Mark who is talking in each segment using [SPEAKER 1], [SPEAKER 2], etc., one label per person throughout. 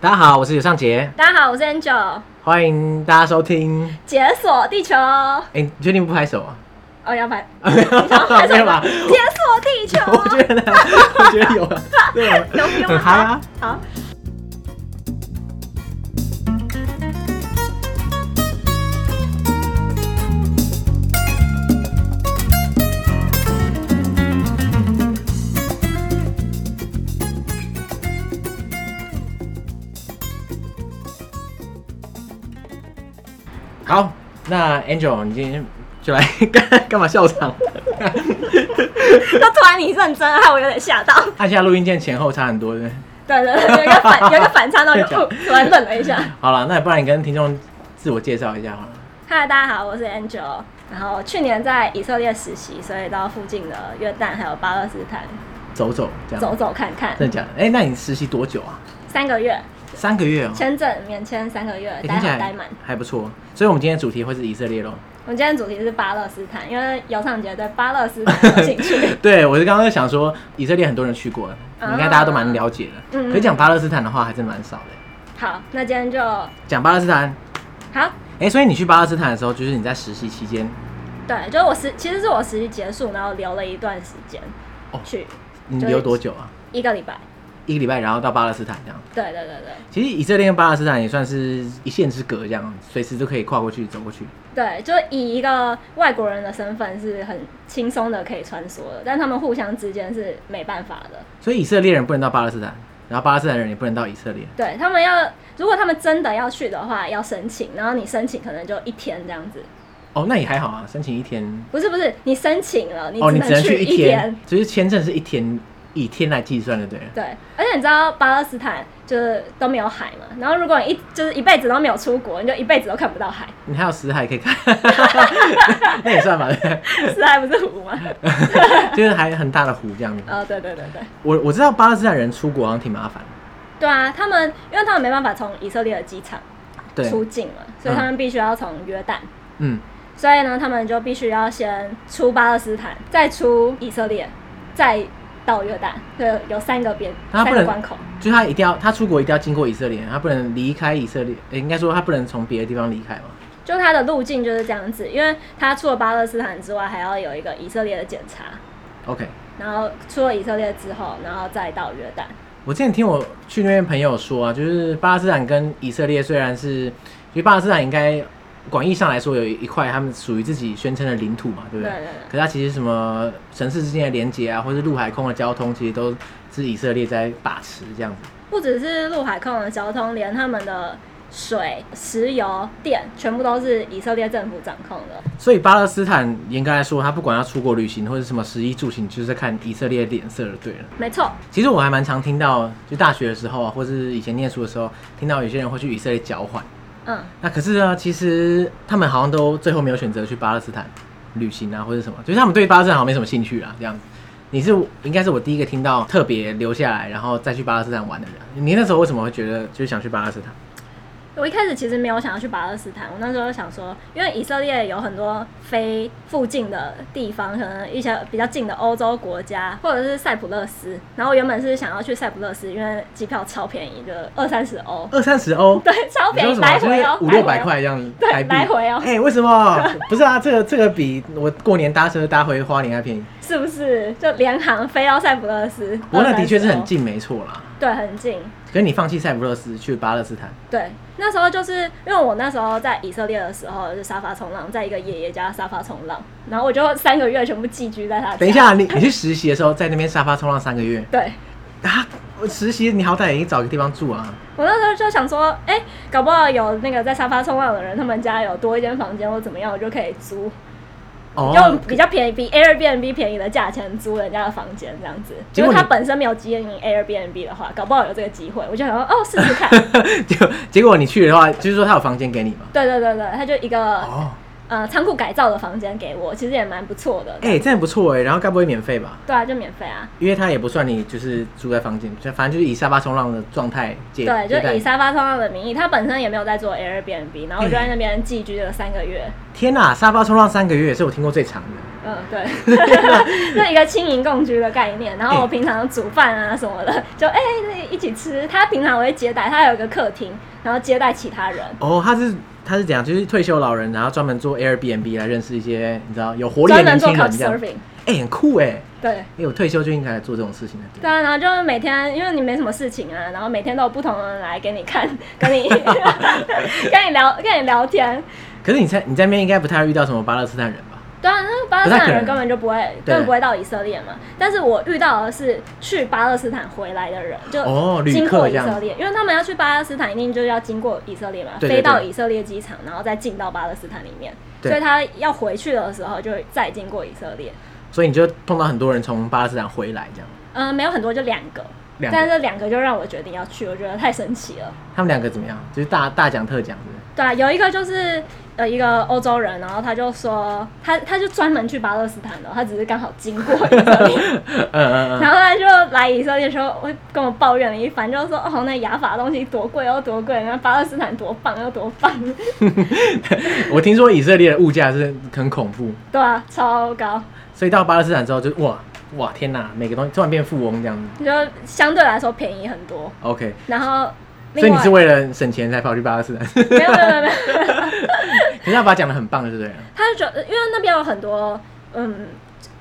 [SPEAKER 1] 大家好，我是刘尚杰，
[SPEAKER 2] 大家好，我是 Angel，
[SPEAKER 1] 欢迎大家收听。
[SPEAKER 2] 解锁地球。哦，
[SPEAKER 1] 哎、你确定不拍手啊？
[SPEAKER 2] 要拍，
[SPEAKER 1] 没有
[SPEAKER 2] 拍
[SPEAKER 1] 没有吧？
[SPEAKER 2] 解锁地球。
[SPEAKER 1] 我觉 得，我觉得有啊，对啊，
[SPEAKER 2] 有有
[SPEAKER 1] 很嗨啊！
[SPEAKER 2] 好，
[SPEAKER 1] 好，那 Angel，你今天就来干干嘛笑场？
[SPEAKER 2] 那突然你认真，害我有点吓到。
[SPEAKER 1] 按下录音键前后差很多，对不对？
[SPEAKER 2] 对对对，有一 个反，有一个反差，到就哦突然愣了一下。
[SPEAKER 1] 好了，那不然你跟听众自我介绍一下好了。
[SPEAKER 2] 嗨，大家好，我是 Angel。然后去年在以色列实习，所以到附近的约旦还有巴勒斯坦
[SPEAKER 1] 走走，这样
[SPEAKER 2] 走，走看看，
[SPEAKER 1] 真的假的？哎、那你实习多久啊？
[SPEAKER 2] 三个月
[SPEAKER 1] 三个月哦、
[SPEAKER 2] 签证免签三个月，
[SPEAKER 1] 哎
[SPEAKER 2] 待
[SPEAKER 1] 听起
[SPEAKER 2] 好
[SPEAKER 1] 来
[SPEAKER 2] 待满。
[SPEAKER 1] 还不错。所以我们今天的主题会是以色列咯。
[SPEAKER 2] 我们今天主题是巴勒斯坦，因为尤尚杰对巴勒斯坦有兴趣。
[SPEAKER 1] 对，我是刚刚在想说，以色列很多人去过，
[SPEAKER 2] 啊
[SPEAKER 1] 应该大家都蛮了解的。
[SPEAKER 2] 嗯嗯
[SPEAKER 1] 可是讲巴勒斯坦的话，还真蛮少的。
[SPEAKER 2] 好，那今天就
[SPEAKER 1] 讲巴勒斯坦，
[SPEAKER 2] 好。
[SPEAKER 1] 哎、所以你去巴勒斯坦的时候，就是你在实习期间，
[SPEAKER 2] 对，就是我实其实是我实习结束，然后留了一段时间
[SPEAKER 1] 哦
[SPEAKER 2] 去
[SPEAKER 1] 你
[SPEAKER 2] 就是
[SPEAKER 1] 留多久啊？
[SPEAKER 2] 一个礼拜。
[SPEAKER 1] 一个礼拜，然后到巴勒斯坦这样。
[SPEAKER 2] 对对对对
[SPEAKER 1] 其实以色列跟巴勒斯坦也算是一线之隔，这样随时都可以跨过去走过去。
[SPEAKER 2] 对，就以一个外国人的身份是很轻松的可以穿梭的，但他们互相之间是没办法的。
[SPEAKER 1] 所以以色列人不能到巴勒斯坦，然后巴勒斯坦人也不能到以色列。
[SPEAKER 2] 对他们要，如果他们真的要去的话，要申请，然后你申请可能就一天这样子。
[SPEAKER 1] 哦，那也还好啊，申请一天，
[SPEAKER 2] 不是不是，你申请了，你
[SPEAKER 1] 哦，
[SPEAKER 2] 只
[SPEAKER 1] 你只能去
[SPEAKER 2] 去
[SPEAKER 1] 一
[SPEAKER 2] 一
[SPEAKER 1] 天，就是签证是一天以天来计算的，对了。
[SPEAKER 2] 对，而且你知道巴勒斯坦就是都没有海嘛，然后如果你一就是一辈子都没有出国，你就一辈子都看不到海，
[SPEAKER 1] 你还有死海可以看，那也算吧，对
[SPEAKER 2] 是还不是湖吗？
[SPEAKER 1] 就是还有很大的湖这样子。
[SPEAKER 2] 哦，对对对对。
[SPEAKER 1] 我我知道巴勒斯坦人出国好像挺麻烦的，
[SPEAKER 2] 对啊，他们因为他们没办法从以色列的机场
[SPEAKER 1] 对，
[SPEAKER 2] 出境嘛，所以他们必须要从约旦，
[SPEAKER 1] 嗯，
[SPEAKER 2] 所以呢，他们就必须要先出巴勒斯坦，再出以色列，再到约旦，对，有三个边
[SPEAKER 1] 那他
[SPEAKER 2] 三
[SPEAKER 1] 不
[SPEAKER 2] 个
[SPEAKER 1] 能
[SPEAKER 2] 关口。
[SPEAKER 1] 就是他一定要他出国一定要经过以色列，他不能离开以色列，诶应该说他不能从别的地方离开嘛。
[SPEAKER 2] 就它的路径就是这样子，因为它除了巴勒斯坦之外，还要有一个以色列的检查，
[SPEAKER 1] OK，
[SPEAKER 2] 然后出了以色列之后，然后再到约旦。
[SPEAKER 1] 我之前听我去那边朋友说啊，就是巴勒斯坦跟以色列虽然是，其实巴勒斯坦应该广义上来说有一块他们属于自己宣称的领土嘛，对
[SPEAKER 2] 对
[SPEAKER 1] 不
[SPEAKER 2] 对
[SPEAKER 1] 对？
[SPEAKER 2] 对，
[SPEAKER 1] 可是它其实什么城市之间的连接啊，或是陆海空的交通，其实都是以色列在把持这样子。
[SPEAKER 2] 不只是陆海空的交通，连他们的水、石油、电，全部都是以色列政府掌控的。
[SPEAKER 1] 所以巴勒斯坦严格来说，他不管要出国旅行或者什么食衣住行，就是在看以色列脸色就对了。
[SPEAKER 2] 没错，
[SPEAKER 1] 其实我还蛮常听到，就大学的时候啊，或是以前念书的时候，听到有些人会去以色列交换。
[SPEAKER 2] 嗯，
[SPEAKER 1] 那可是呢，其实他们好像都最后没有选择去巴勒斯坦旅行啊，或者什么，就是他们对巴勒斯坦好像没什么兴趣啊，这样子。你是应该是我第一个听到特别留下来，然后再去巴勒斯坦玩的人。你那时候为什么会觉得就是想去巴勒斯坦？
[SPEAKER 2] 我一开始其实没有想要去巴勒斯坦，我那时候想说，因为以色列有很多非附近的地方，可能一些比较近的欧洲国家，或者是塞浦勒斯。然后我原本是想要去塞浦勒斯，因为机票超便宜，就二三十欧，
[SPEAKER 1] 二三十欧，
[SPEAKER 2] 对，超
[SPEAKER 1] 你
[SPEAKER 2] 便
[SPEAKER 1] 说
[SPEAKER 2] 宜，
[SPEAKER 1] 什么？
[SPEAKER 2] 来
[SPEAKER 1] 就
[SPEAKER 2] 回哦、
[SPEAKER 1] 是五六百
[SPEAKER 2] 来回哦。
[SPEAKER 1] 块这样子，
[SPEAKER 2] 对
[SPEAKER 1] 台币
[SPEAKER 2] 来回哦
[SPEAKER 1] 哎、为什么？不是啊，这个这个比我过年搭车搭回花莲还便宜。
[SPEAKER 2] 是不是？就联航飞到塞浦勒斯，
[SPEAKER 1] 不过那的确是
[SPEAKER 2] 230
[SPEAKER 1] 很
[SPEAKER 2] 欧，
[SPEAKER 1] 近，没错啦。
[SPEAKER 2] 对，很近。
[SPEAKER 1] 可是你放弃塞浦路斯去巴勒斯 坦，
[SPEAKER 2] 对，那时候就是因为我那时候在以色列的时候，就是沙发冲浪，在一个爷爷家沙发冲浪，然后我就三个月全部寄居在他家。
[SPEAKER 1] 等一，下你你去实习的时候在那边沙发冲浪三个月
[SPEAKER 2] 对
[SPEAKER 1] 啊？我实习你好歹也找个地方住啊。
[SPEAKER 2] 我那时候就想说，哎、搞不好有那个在沙发冲浪的人，他们家有多一间房间或怎么样，我就可以租，就
[SPEAKER 1] 哦，
[SPEAKER 2] 比较便宜，比 Airbnb 便宜的价钱租人家的房间这样子。
[SPEAKER 1] 结
[SPEAKER 2] 因
[SPEAKER 1] 果
[SPEAKER 2] 为
[SPEAKER 1] 你
[SPEAKER 2] 他本身没有经营 Airbnb 的话，搞不好有这个机会，我就想说，哦，试 试看。
[SPEAKER 1] 就结果你去的话，就是说他有房间给你嘛？
[SPEAKER 2] 对对对对，他就一个
[SPEAKER 1] 哦，
[SPEAKER 2] 呃仓库改造的房间给我，其实也蛮不错的。
[SPEAKER 1] 哎、真的不错哎、然后该不会免费吧？
[SPEAKER 2] 对啊，就免费啊。
[SPEAKER 1] 因为它也不算你就是住在房间，就反正就是以沙发冲浪的状态接
[SPEAKER 2] 对，
[SPEAKER 1] 接
[SPEAKER 2] 就
[SPEAKER 1] 待
[SPEAKER 2] 以
[SPEAKER 1] 你。
[SPEAKER 2] 沙发冲浪的名义，他本身也没有在做 Airbnb，然后我就在那边寄居了三个月。
[SPEAKER 1] 天哪、沙发冲浪三个月也是我听过最长的。
[SPEAKER 2] 嗯，对， 就一个轻盈共居的概念。然后我平常煮饭啊什么的，就哎、一起吃。他平常我会接待，他有一个客厅，然后接待其他人。
[SPEAKER 1] 哦，他是他是怎样？就是退休老人，然后专门做 Airbnb 来认识一些你知道有活力的
[SPEAKER 2] 专门
[SPEAKER 1] 年
[SPEAKER 2] 做
[SPEAKER 1] 轻人这样。
[SPEAKER 2] Couchsurfing，
[SPEAKER 1] 哎、很酷哎、
[SPEAKER 2] 对
[SPEAKER 1] 因为我退休就应该来做这种事情的。
[SPEAKER 2] 对啊，然后就是每天，因为你没什么事情啊，然后每天都有不同的人来给你看，跟你 跟你聊，跟你聊天。
[SPEAKER 1] 可是你在你在那边应该不太会遇到什么巴勒斯坦人吧？
[SPEAKER 2] 对啊，那个巴勒斯坦人根本就不会，
[SPEAKER 1] 对
[SPEAKER 2] 根本不会到以色列嘛。但是我遇到的是去巴勒斯坦回来的人，就
[SPEAKER 1] 哦旅客
[SPEAKER 2] 经过以
[SPEAKER 1] 这样
[SPEAKER 2] 色列，因为他们要去巴勒斯坦，一定就是要经过以色列嘛，
[SPEAKER 1] 对对
[SPEAKER 2] 飞到
[SPEAKER 1] 对
[SPEAKER 2] 以色列机场，然后再进到巴勒斯坦里面。
[SPEAKER 1] 对
[SPEAKER 2] 所以他要回去的时候，就会再经过以色列。
[SPEAKER 1] 所以你就碰到很多人从巴勒斯坦回来这样。
[SPEAKER 2] 嗯，没有很多，就两个。
[SPEAKER 1] 两
[SPEAKER 2] 但是
[SPEAKER 1] 个，
[SPEAKER 2] 这两个就让我决定要去，我觉得太神奇了。
[SPEAKER 1] 他们两个怎么样？就是大大讲特讲，对不对？
[SPEAKER 2] 对啊，有一个就是呃一个欧洲人，然后他就说他他就专门去巴勒斯坦的，他只是刚好经过以色列，
[SPEAKER 1] 嗯嗯嗯。
[SPEAKER 2] 然后他就来以色列的时候，会跟我抱怨了一番，就说哦那亚法的东西多贵哦多贵，然后巴勒斯坦多棒又多棒，
[SPEAKER 1] 我听说以色列的物价是很恐怖，
[SPEAKER 2] 对啊超高，
[SPEAKER 1] 所以到巴勒斯坦之后就哇哇天哪，每个东西突然变富翁这样子。
[SPEAKER 2] 就相对来说便宜很多。
[SPEAKER 1] OK，
[SPEAKER 2] 然后
[SPEAKER 1] 所
[SPEAKER 2] 另
[SPEAKER 1] 以
[SPEAKER 2] 外
[SPEAKER 1] 你是为了省钱才跑去巴勒斯坦， 可
[SPEAKER 2] 没有没有没有没有，
[SPEAKER 1] 是他把它讲的很棒，对不对了？
[SPEAKER 2] 他就觉得因为那边有很多嗯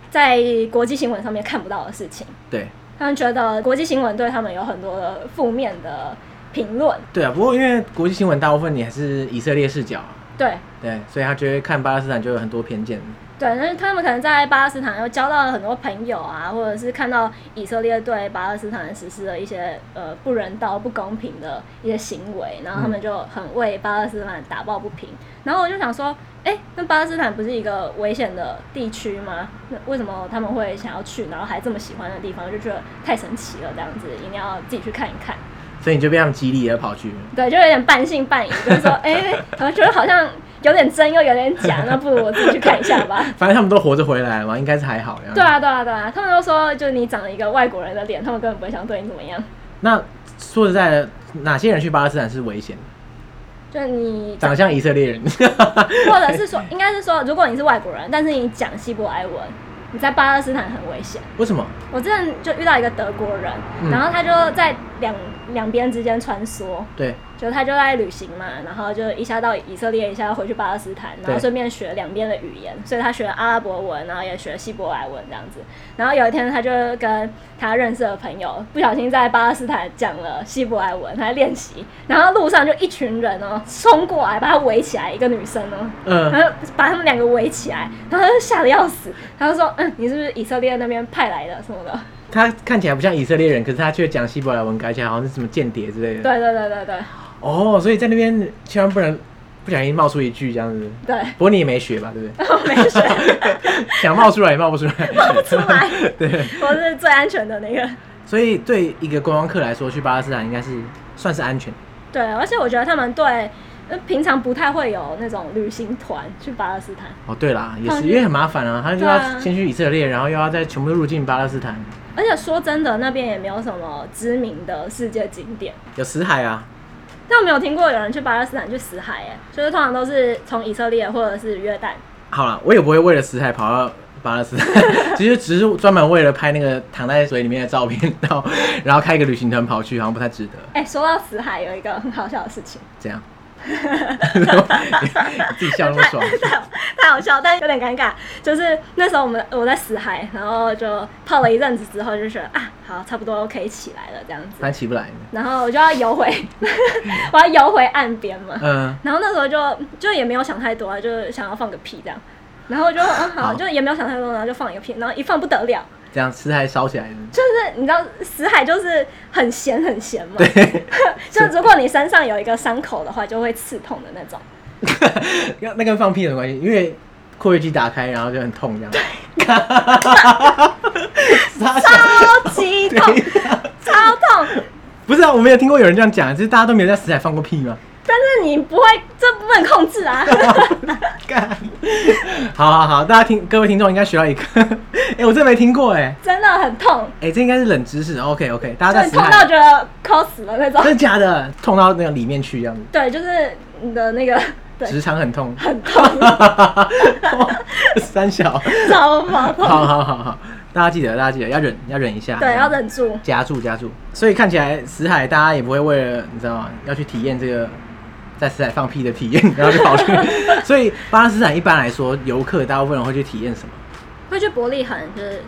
[SPEAKER 2] 在国际新闻上面看不到的事情。
[SPEAKER 1] 对
[SPEAKER 2] 他们觉得国际新闻对他们有很多的负面的评论，
[SPEAKER 1] 对啊，不过因为国际新闻大部分你还是以色列视角啊，
[SPEAKER 2] 对
[SPEAKER 1] 对，所以他觉得看巴勒斯坦就有很多偏见。
[SPEAKER 2] 对，但是他们可能在巴勒斯坦又交到了很多朋友啊，或者是看到以色列对巴勒斯坦实施的一些呃不人道、不公平的一些行为，然后他们就很为巴勒斯坦打抱不平。然后我就想说，哎，那巴勒斯坦不是一个危险的地区吗？那为什么他们会想要去，然后还这么喜欢的地方？我就觉得太神奇了，这样子一定要自己去看一看。
[SPEAKER 1] 所以你就被他们激励而跑去。
[SPEAKER 2] 对，就有点半信半疑，就是说，哎、我觉得好像有点真又有点假，那不如我自己去看一下吧。
[SPEAKER 1] 反正他们都活着回来了嘛，应该是还好。
[SPEAKER 2] 对，啊，对啊，对啊，他们都说，就你长了一个外国人的脸，他们根本不会想对你怎么样。
[SPEAKER 1] 那说实在的，哪些人去巴勒斯坦是危险的？
[SPEAKER 2] 就 是你
[SPEAKER 1] 长得像以色列人，
[SPEAKER 2] 或者是说，应该是说，如果你是外国人，但是你讲希伯来文，你在巴勒斯坦很危险。
[SPEAKER 1] 为什么？
[SPEAKER 2] 我之前就遇到一个德国人，
[SPEAKER 1] 嗯
[SPEAKER 2] 然后他就在两两边之间穿梭，
[SPEAKER 1] 对，
[SPEAKER 2] 就他就在旅行嘛，然后就一下到以色列，一下回去巴勒斯坦，然后
[SPEAKER 1] 对
[SPEAKER 2] 顺便学两边的语言，所以他学阿拉伯文，然后也学希伯来文这样子。然后有一天，他就跟他认识的朋友不小心在巴勒斯坦讲了希伯来文，他在练习，然后路上就一群人哦冲过来把他围起来，一个女生哦，
[SPEAKER 1] 嗯、
[SPEAKER 2] 然后把他们两个围起来，然后他就吓得要死，他就说：“嗯，你是不是以色列那边派来的什么的
[SPEAKER 1] 他看起来不像以色列人，可是他却讲希伯来文，而且好像是什么间谍之类？”的。，
[SPEAKER 2] 对对对对对
[SPEAKER 1] 哦，所以在那边千万不能不小心冒出一句这样子。
[SPEAKER 2] 对，
[SPEAKER 1] 不过你也没学吧，对不对？
[SPEAKER 2] 我没学
[SPEAKER 1] 想冒出来也冒不出来。
[SPEAKER 2] 出来，
[SPEAKER 1] 对，
[SPEAKER 2] 我是最安全的那个。
[SPEAKER 1] 所以对一个观光客来说，去巴勒斯坦应该是算是安全的。
[SPEAKER 2] 对，而且我觉得他们对呃平常不太会有那种旅行团去巴勒斯坦。
[SPEAKER 1] 哦，对啦，也
[SPEAKER 2] 嗯
[SPEAKER 1] 是因为很麻烦啊，他就
[SPEAKER 2] 对啊
[SPEAKER 1] 要先去以色列，然后又要再全部入境巴勒斯坦，
[SPEAKER 2] 而且说真的，那边也没有什么知名的世界景点。
[SPEAKER 1] 有死海啊，
[SPEAKER 2] 但我没有听过有人去巴勒斯坦去死海，哎，就是通常都是从以色列或者是约旦。
[SPEAKER 1] 好了，我也不会为了食材跑到巴勒斯 坦，其实只是专门为了拍那个躺在水里面的照片，然后 然后开一个旅行团跑去，好像不太值得。
[SPEAKER 2] 哎、说到死海，有一个很好笑的事情，
[SPEAKER 1] 这 样， 自己笑那么爽，
[SPEAKER 2] 太好笑，但有点尴尬。就是那时候我们我在死海，然后就泡了一阵子之后，就觉得啊，好，差不多可以起来了这样子。
[SPEAKER 1] 反正起不来的。
[SPEAKER 2] 然后我就要游回， 我要游回岸边嘛。
[SPEAKER 1] 嗯，
[SPEAKER 2] 然后那时候就就也没有想太多啊，就是想要放个屁这样。然后就嗯好，
[SPEAKER 1] 好
[SPEAKER 2] 就也没有想太多，然后就放一个屁，然后一放不得了，
[SPEAKER 1] 这样食材烧起来的。
[SPEAKER 2] 就是你知道死海就是很咸很咸嘛， 就如果你身上有一个伤口的话，就会刺痛的那种。
[SPEAKER 1] 那那跟放屁有什么关系？因为括约肌打开，然后就很痛这样。 傻笑
[SPEAKER 2] 超级痛，超痛！
[SPEAKER 1] 不是啊，我没有听过有人这样讲，就是大家都没有在食材放过屁吗？
[SPEAKER 2] 但是你不会，这不能控制啊。
[SPEAKER 1] 干，好好好，大家听，各位听众应该学到一个，哎、我真没听过哎、
[SPEAKER 2] 真的很痛，
[SPEAKER 1] 哎、这应该是冷知识。OK OK，大
[SPEAKER 2] 就
[SPEAKER 1] 家在啊死
[SPEAKER 2] 是痛到
[SPEAKER 1] 海，
[SPEAKER 2] 觉得抠死了那种
[SPEAKER 1] 真。的假的？痛到那个里面去这样子，
[SPEAKER 2] 对，就是你的那个，对，
[SPEAKER 1] 直肠很 痛，
[SPEAKER 2] 很痛，
[SPEAKER 1] 三小，
[SPEAKER 2] 超毛痛。
[SPEAKER 1] 好好好好，大家记得，大家记得要忍，要忍一下，
[SPEAKER 2] 对，要忍住。
[SPEAKER 1] 夹住夹住。所以看起来死海大家也不会为了你知道吗？要去体验这个在死海放屁的体验，然后就跑 去。所以巴勒斯坦一般来说，游客大部分人会去体验什么？
[SPEAKER 2] 会去伯利恒，就是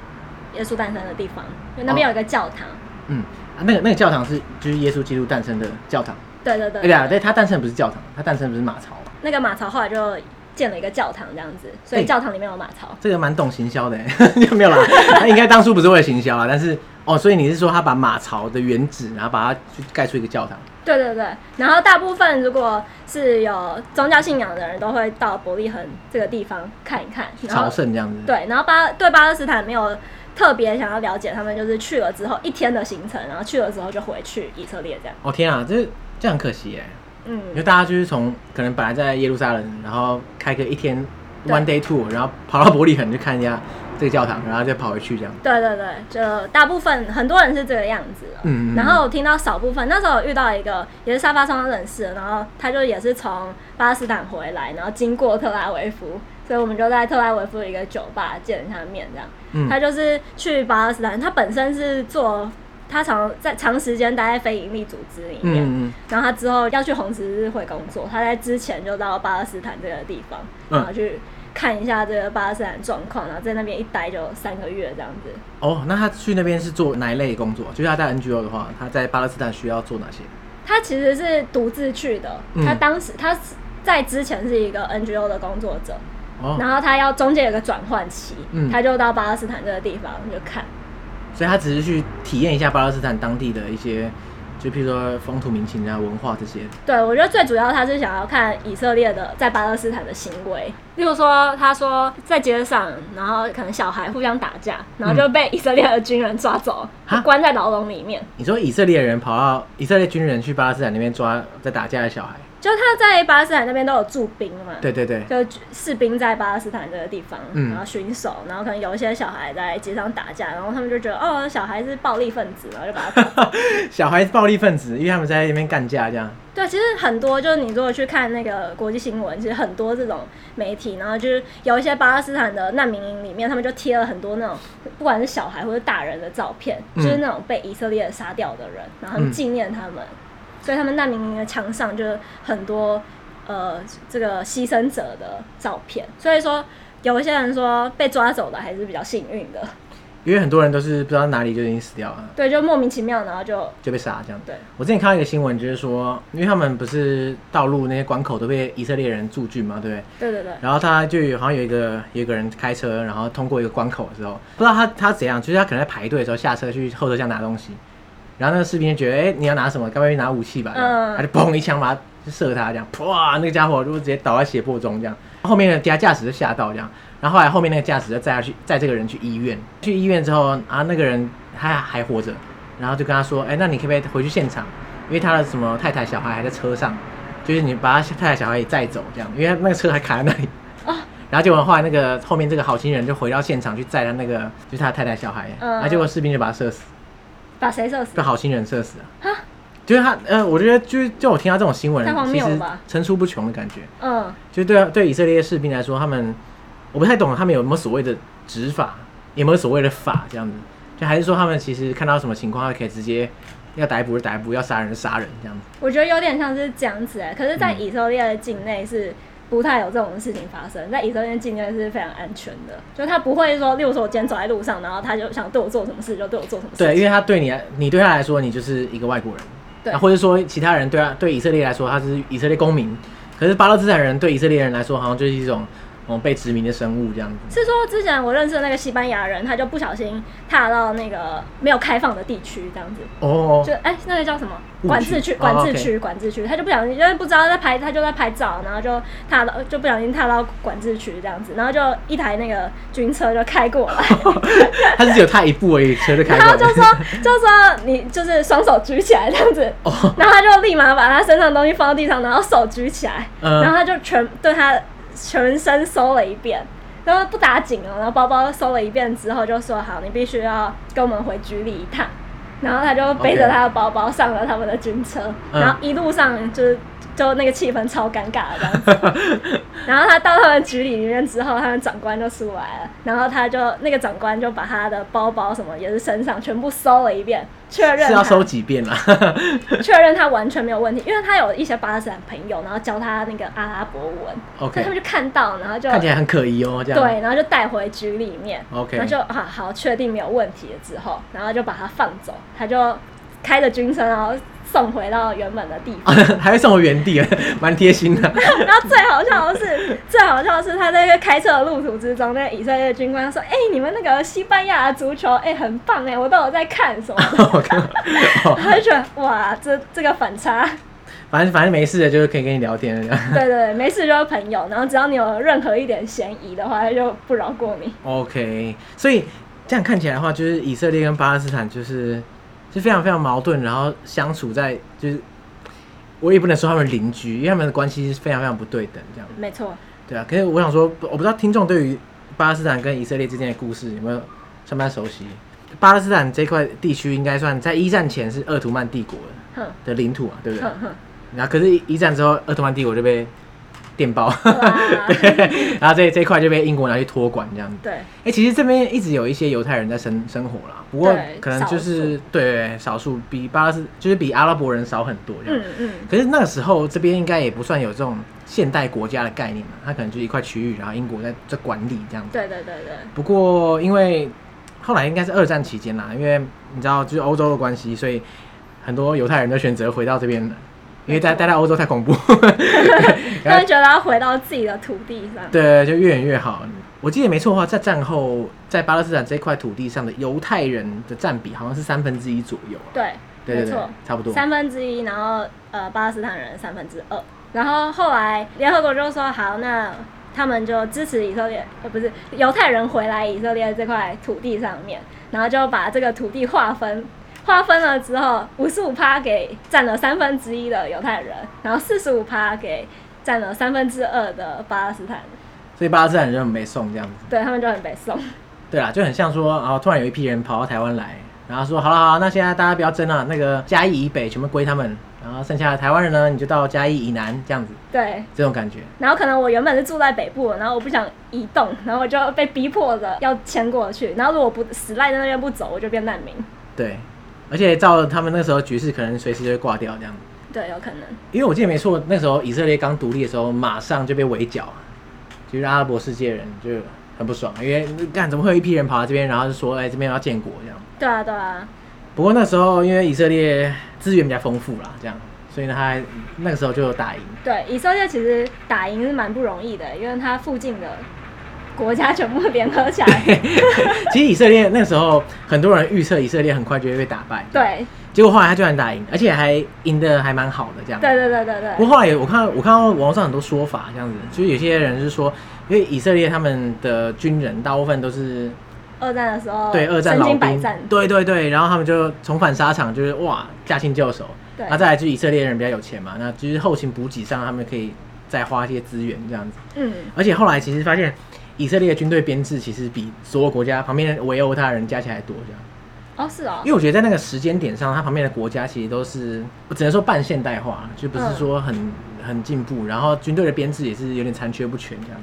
[SPEAKER 2] 耶稣诞生的地方，因为那边有一个教堂。
[SPEAKER 1] 嗯，啊那个那个教堂是就是耶稣基督诞生的教堂。
[SPEAKER 2] 对对 对啊
[SPEAKER 1] 哎呀，对，他诞生不是教堂，他诞生不是马槽。
[SPEAKER 2] 那个马槽后来就建了一个教堂，这样子，所
[SPEAKER 1] 对
[SPEAKER 2] 以教堂里面有马槽。
[SPEAKER 1] 这个蛮懂行销的欸， 没 有啦，他应该当初不是为了行销啦，但是哦，所以你是说他把马槽的原址，然后把它去盖出一个教堂？
[SPEAKER 2] 对对对，然后大部分如果是有宗教信仰的人，都会到伯利恒这个地方看一看。然
[SPEAKER 1] 朝
[SPEAKER 2] 后
[SPEAKER 1] 圣这样子。，
[SPEAKER 2] 对，然后巴对巴勒斯坦没有特别想要了解，他们就是去了之后一天的行程，然后去了之后就回去以色列这样。
[SPEAKER 1] 哦天啊，这这很可惜哎，因
[SPEAKER 2] 嗯，
[SPEAKER 1] 为大家就是从可能本来在耶路撒冷，然后开个一天
[SPEAKER 2] 对
[SPEAKER 1] one day tour，然后跑到伯利恒去看一下这个教堂，然后再跑回去这样。
[SPEAKER 2] 对对对，就大部分很多人是这个样子的。
[SPEAKER 1] 嗯嗯嗯
[SPEAKER 2] 然后我听到少部分，那时候我遇到一个也是沙发上的人士，然后他就也是从巴勒斯坦回来，然后经过特拉维夫，所以我们就在特拉维夫的一个酒吧见了他面，这样。
[SPEAKER 1] 嗯
[SPEAKER 2] 他就是去巴勒斯坦，他本身是做他长在长时间待在非营利组织里面，
[SPEAKER 1] 嗯嗯
[SPEAKER 2] 然后他之后要去红十字会工作，他在之前就到巴勒斯坦这个地方，
[SPEAKER 1] 嗯
[SPEAKER 2] 然后去看一下这个巴勒斯坦状况，然后在那边一待就三个月这样子。
[SPEAKER 1] 哦，那他去那边是做哪一类工作？就是他在 NGO 的话，他在巴勒斯坦需要做哪些？
[SPEAKER 2] 他其实是独自去的，
[SPEAKER 1] 嗯
[SPEAKER 2] 他当时他在之前是一个 NGO 的工作者，
[SPEAKER 1] 哦，
[SPEAKER 2] 然后他要中间有个转换期，
[SPEAKER 1] 嗯
[SPEAKER 2] 他就到巴勒斯坦这个地方就看。
[SPEAKER 1] 所以他只是去体验一下巴勒斯坦当地的一些，就譬如说风土民情啊、文化这些。
[SPEAKER 2] 对，我觉得最主要他是想要看以色列的在巴勒斯坦的行为，例如说，他说在街上，然后可能小孩互相打架，然后就被以色列的军人抓走，
[SPEAKER 1] 嗯哈
[SPEAKER 2] 关在牢笼里面。
[SPEAKER 1] 你说以色列人跑到以色列军人去巴勒斯坦那边抓在打架的小孩？
[SPEAKER 2] 就他在巴勒斯坦那边都有驻兵嘛，
[SPEAKER 1] 对对对，
[SPEAKER 2] 就士兵在巴勒斯坦这个地方，
[SPEAKER 1] 嗯
[SPEAKER 2] 然后巡守，然后可能有一些小孩在街上打架，然后他们就觉得哦，小孩是暴力分子，然后就把他抓。
[SPEAKER 1] 小孩是暴力分子，因为他们在那边干架这样。
[SPEAKER 2] 对，其实很多就是你如果去看那个国际新闻，其实很多这种媒体，然后就是有一些巴勒斯坦的难民营里面，他们就贴了很多那种不管是小孩或者大人的照片，
[SPEAKER 1] 嗯
[SPEAKER 2] 就是那种被以色列杀掉的人，然后他们纪念他们，所以他们难民营的墙上就是很多呃这个牺牲者的照片，所以说。有一些人说被抓走的还是比较幸运的，
[SPEAKER 1] 因为很多人都是不知道哪里就已经死掉了，
[SPEAKER 2] 对，就莫名其妙，然后就
[SPEAKER 1] 就被杀这样。
[SPEAKER 2] 对，
[SPEAKER 1] 我之前看到一个新闻，就是说，因为他们不是道路那些关口都被以色列人驻军嘛，对不对？
[SPEAKER 2] 对对对，
[SPEAKER 1] 然后他就有好像有一个有一个人开车，然后通过一个关口的时候，不知道他他怎样，就是他可能在排队的时候下车去后车厢拿东西，然后那个士兵就觉得，哎、你要拿什么？该不会拿武器吧？这样
[SPEAKER 2] 嗯
[SPEAKER 1] 他就砰一枪把他就射他，这样，哇，那个家伙就直接倒在血泊中，这样。后面的其他驾驶就吓到，这样。然后后来后面那个驾驶就载他去载这个人去医院，去医院之后啊，那个人他还活着，然后就跟他说，哎、那你可不可以回去现场？因为他的什么太太小孩还在车上，就是你把他太太小孩也载走，这样，因为那个车还卡在那里。
[SPEAKER 2] 哦
[SPEAKER 1] 然后结果后来那个后面这个好心人就回到现场去载他那个就是他的太太小孩，啊
[SPEAKER 2] 嗯
[SPEAKER 1] 然后结果士兵就把他射死，
[SPEAKER 2] 把谁射死
[SPEAKER 1] 被？好心人射死了。就是他呃，我觉得就是就我听到这种新闻
[SPEAKER 2] 太荒，
[SPEAKER 1] 其
[SPEAKER 2] 谬了
[SPEAKER 1] 实
[SPEAKER 2] 吧
[SPEAKER 1] 层出不穷的感觉。
[SPEAKER 2] 嗯，
[SPEAKER 1] 就对啊对以色列士兵来说，他们我不太懂他们有没有所谓的执法，有没有所谓的法这样子，就还是说他们其实看到什么情况，他可以直接要逮捕就逮捕，要杀人就杀人这样子。
[SPEAKER 2] 我觉得有点像是这样子哎、可是，
[SPEAKER 1] 嗯
[SPEAKER 2] 在以色列的境内是不太有这种事情发生，在以色列境内是非常安全的，就他不会说，例如说我今天走在路上，然后他就想对我做什么事就对我做什么事。
[SPEAKER 1] 对，因为他对你来，你对他来说，你就是一个外国人，
[SPEAKER 2] 对
[SPEAKER 1] 啊或者说其他啊人对他对以色列来说，他是以色列公民，可是巴勒斯坦人对以色列人来说，好像就是一种嗯被殖民的生物这样子。
[SPEAKER 2] 是说之前我认识的那个西班牙人，他就不小心踏到那个没有开放的地区，这样子，
[SPEAKER 1] 哦
[SPEAKER 2] 就，哎、那个叫什么
[SPEAKER 1] 误区
[SPEAKER 2] 管制区，
[SPEAKER 1] 哦
[SPEAKER 2] 管制
[SPEAKER 1] OK
[SPEAKER 2] 区，管制区，他就不小心，因为不知道在拍，他就在拍照，然后就踏到，就不小心踏到管制区这样子，然后就一台那个军车就开过来，
[SPEAKER 1] 他是只有踏一步而已，车就开
[SPEAKER 2] 然后
[SPEAKER 1] 过
[SPEAKER 2] 就
[SPEAKER 1] 来。
[SPEAKER 2] 说 就说你就是双手举起来这样子，
[SPEAKER 1] 哦，
[SPEAKER 2] 然后他就立马把他身上的东西放到地上，然后手举起来，
[SPEAKER 1] 嗯
[SPEAKER 2] 然后他就全对他全身搜了一遍，然后不打紧哦，然后包包搜了一遍之后就说好，你必须要跟我们回局里一趟。然后他就背着
[SPEAKER 1] OK
[SPEAKER 2] 他的包包上了他们的军车
[SPEAKER 1] 嗯
[SPEAKER 2] 然后一路上就是就那个气氛超尴尬的这样子。然后他到他们局里里面之后，他们长官就出来了，然后他就那个长官就把他的包包什么也是身上全部搜了一遍，确认
[SPEAKER 1] 是要
[SPEAKER 2] 他
[SPEAKER 1] 收几遍啦？
[SPEAKER 2] 确认他完全没有问题，因为他有一些巴勒斯坦朋友，然后教他那个阿拉伯文
[SPEAKER 1] OK
[SPEAKER 2] 所以他们就看到，然后就
[SPEAKER 1] 看起来很可疑哦，这样。
[SPEAKER 2] 对，然后就带回局里面
[SPEAKER 1] OK
[SPEAKER 2] 然后就啊好确定没有问题了之后，然后就把他放走，他就开着军车，然后送回到原本的地方。
[SPEAKER 1] 对， 还会送回原地， 蛮贴心的。
[SPEAKER 2] 然后最好笑的是，最好笑的是他在那个开车的路途之中，那个以色列的军官说：“哎、你们那个西班牙的足球，哎、很棒哎、我都有在看什么 的。
[SPEAKER 1] OK，哦，
[SPEAKER 2] 他就觉得哇，这这个反差
[SPEAKER 1] 反正反正没事的，就是可以跟你聊天 这样。
[SPEAKER 2] 对对对，没事就是朋友，然后只要你有任何一点嫌疑的话，他就不饶过你。
[SPEAKER 1] OK，所以这样看起来的话，就是以色列跟巴勒斯坦就是是非常非常矛盾，然后相处在就是我也不能说他们邻居，因为他们的关系是非常非常不对等这样。
[SPEAKER 2] 没错，
[SPEAKER 1] 对啊，可是我想说，不我不知道听众对于巴勒斯坦跟以色列之间的故事有没有相当熟悉。巴勒斯坦这块地区应该算在一战前是鄂图曼帝国的
[SPEAKER 2] 哼
[SPEAKER 1] 的领土啊嘛，对不对？
[SPEAKER 2] 哼哼，
[SPEAKER 1] 然后可是，一战之后，鄂图曼帝国就被电爆，
[SPEAKER 2] 哇
[SPEAKER 1] 对，然后这这一块就被英国拿去托管这样子。
[SPEAKER 2] 对，
[SPEAKER 1] 哎、其实这边一直有一些犹太人在生生活啦，不过
[SPEAKER 2] 对
[SPEAKER 1] 可能就是对少数比巴勒斯就是比阿拉伯人少很多这样。
[SPEAKER 2] 嗯嗯，
[SPEAKER 1] 可是那个时候这边应该也不算有这种现代国家的概念嘛，它可能就是一块区域，然后英国在在管理这样子。
[SPEAKER 2] 对对对对，
[SPEAKER 1] 不过因为后来应该是二战期间啦，因为你知道就是欧洲的关系，所以很多犹太人都选择回到这边了，因为待待在欧洲太恐怖。
[SPEAKER 2] 他们觉得要回到自己的土地上。
[SPEAKER 1] 对，就越远越好。我记得没错的话，在战后，在巴勒斯坦这块土地上的犹太人的占比好像是三分之一左右啊。
[SPEAKER 2] 对，
[SPEAKER 1] 对对
[SPEAKER 2] 没
[SPEAKER 1] 对
[SPEAKER 2] 错，
[SPEAKER 1] 差不多。
[SPEAKER 2] 三分之一，然后呃，巴勒斯坦人三分之二，然后后来联合国就说好，那他们就支持以色列，呃，不是犹太人回来以色列这块土地上面，然后就把这个土地划分。划分了之后，五十五趴给占了三分之一的犹太人，然后四十五趴给占了三分之二的巴勒斯坦人，
[SPEAKER 1] 所以巴勒斯坦人很没送这样子。
[SPEAKER 2] 对他们就很北宋。
[SPEAKER 1] 对啦，就很像说，啊，突然有一批人跑到台湾来，然后说，好了好了，那现在大家不要争了，那个嘉义以北全部归他们，然后剩下的台湾人呢，你就到嘉义以南这样子，
[SPEAKER 2] 对，
[SPEAKER 1] 这种感觉。
[SPEAKER 2] 然后可能我原本是住在北部，然后我不想移动，然后我就被逼迫着要迁过去。然后如果不死赖在那边不走，我就变难民。
[SPEAKER 1] 对，而且照他们那时候局势，可能随时就会挂掉这样子。
[SPEAKER 2] 对，有可能。
[SPEAKER 1] 因为我记得没错，那时候以色列刚独立的时候，马上就被围剿，就是阿拉伯世界人就很不爽，因为干怎么会有一批人跑到这边，然后就说哎、这边要建国这样。
[SPEAKER 2] 对啊，对啊，
[SPEAKER 1] 不过那时候因为以色列资源比较丰富啦，这样，所以呢他还那个时候就有打赢。
[SPEAKER 2] 对，以色列其实打赢是蛮不容易的，因为它附近的国家全部联合起来。
[SPEAKER 1] 其实以色列那时候很多人预测以色列很快就会被打败，
[SPEAKER 2] 对，
[SPEAKER 1] 结果后来他居然打赢，而且还赢得还蛮好的这样。
[SPEAKER 2] 对对对对
[SPEAKER 1] 不过
[SPEAKER 2] 对，
[SPEAKER 1] 后来有我看我看到网络上很多说法，这样子，就是有些人是说，因为以色列他们的军人大部分都是
[SPEAKER 2] 二战的时候，
[SPEAKER 1] 对，二战
[SPEAKER 2] 呃身
[SPEAKER 1] 老
[SPEAKER 2] 经百
[SPEAKER 1] 兵
[SPEAKER 2] 战。，
[SPEAKER 1] 对对对，然后他们就重返沙场，就是哇，驾轻就熟。
[SPEAKER 2] 对
[SPEAKER 1] 那再来就是以色列人比较有钱嘛，那就是后勤补给上他们可以再花一些资源这样子。
[SPEAKER 2] 嗯，
[SPEAKER 1] 而且后来其实发现，以色列的军队编制其实比所有国家旁边的围殴他的人加起来多这样。
[SPEAKER 2] 哦，是哦
[SPEAKER 1] 因，为我觉得在那个时间点上，它旁边的国家其实都是我只能说半现代化，就不是说很、
[SPEAKER 2] 嗯
[SPEAKER 1] 很进步，然后军队的编制也是有点残缺不全这样。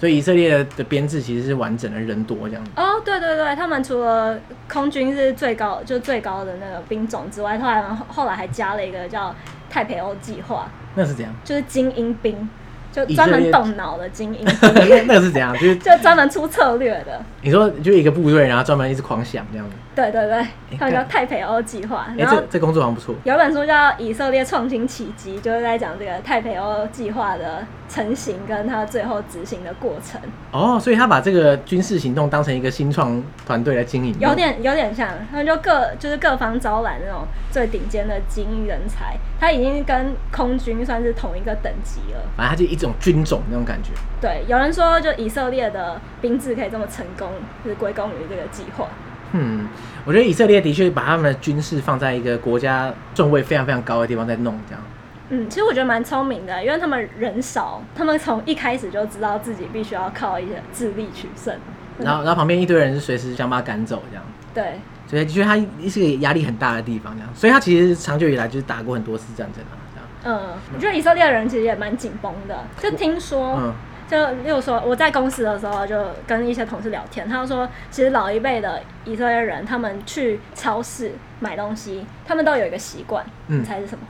[SPEAKER 1] 所以以色列的编制其实是完整的，人多这样子。
[SPEAKER 2] 哦，对对对，他们除了空军是最高，就最高的那个兵种之外，后来后来还加了一个叫太培欧计划，
[SPEAKER 1] 那是怎样？
[SPEAKER 2] 就是精英兵，就专门动脑的精英，
[SPEAKER 1] 那 那个是怎样？就是
[SPEAKER 2] 就专门出策略的。
[SPEAKER 1] 你说就一个部队，然后专门一直狂想这样子。
[SPEAKER 2] 对对对，他们叫
[SPEAKER 1] 干
[SPEAKER 2] 泰培欧计划。
[SPEAKER 1] 哎、
[SPEAKER 2] 然后
[SPEAKER 1] 这这工作好像不错。
[SPEAKER 2] 有一本书叫《以色列创新奇迹》，就是在讲这个泰培欧计划的成型跟它最后执行的过程，
[SPEAKER 1] 哦，所以他把这个军事行动当成一个新创团队来经营，
[SPEAKER 2] 有点有点像，他们就各就是各方招揽那种最顶尖的精英人才，他已经跟空军算是同一个等级了。
[SPEAKER 1] 反正它就一种军种那种感觉。
[SPEAKER 2] 对，有人说就以色列的兵制可以这么成功，是归功于这个计划。
[SPEAKER 1] 嗯，我觉得以色列的确把他们的军事放在一个国家顺位非常非常高的地方在弄，这样。
[SPEAKER 2] 嗯，其实我觉得蛮聪明的，因为他们人少，他们从一开始就知道自己必须要靠一些智力取胜。
[SPEAKER 1] 然
[SPEAKER 2] 嗯
[SPEAKER 1] 后，然后旁边一堆人是随时想把他赶走，这样。
[SPEAKER 2] 对，
[SPEAKER 1] 所以的确，它是一个压力很大的地方，这样。所以它其实长久以来就是打过很多次战争啊，这样。
[SPEAKER 2] 嗯，我觉得以色列人其实也蛮紧绷的，就听说。
[SPEAKER 1] 嗯，
[SPEAKER 2] 就例如说，我在公司的时候就跟一些同事聊天，他就说，其实老一辈的以色列人，他们去超市买东西，他们都有一个习惯，
[SPEAKER 1] 嗯
[SPEAKER 2] 你猜是什么？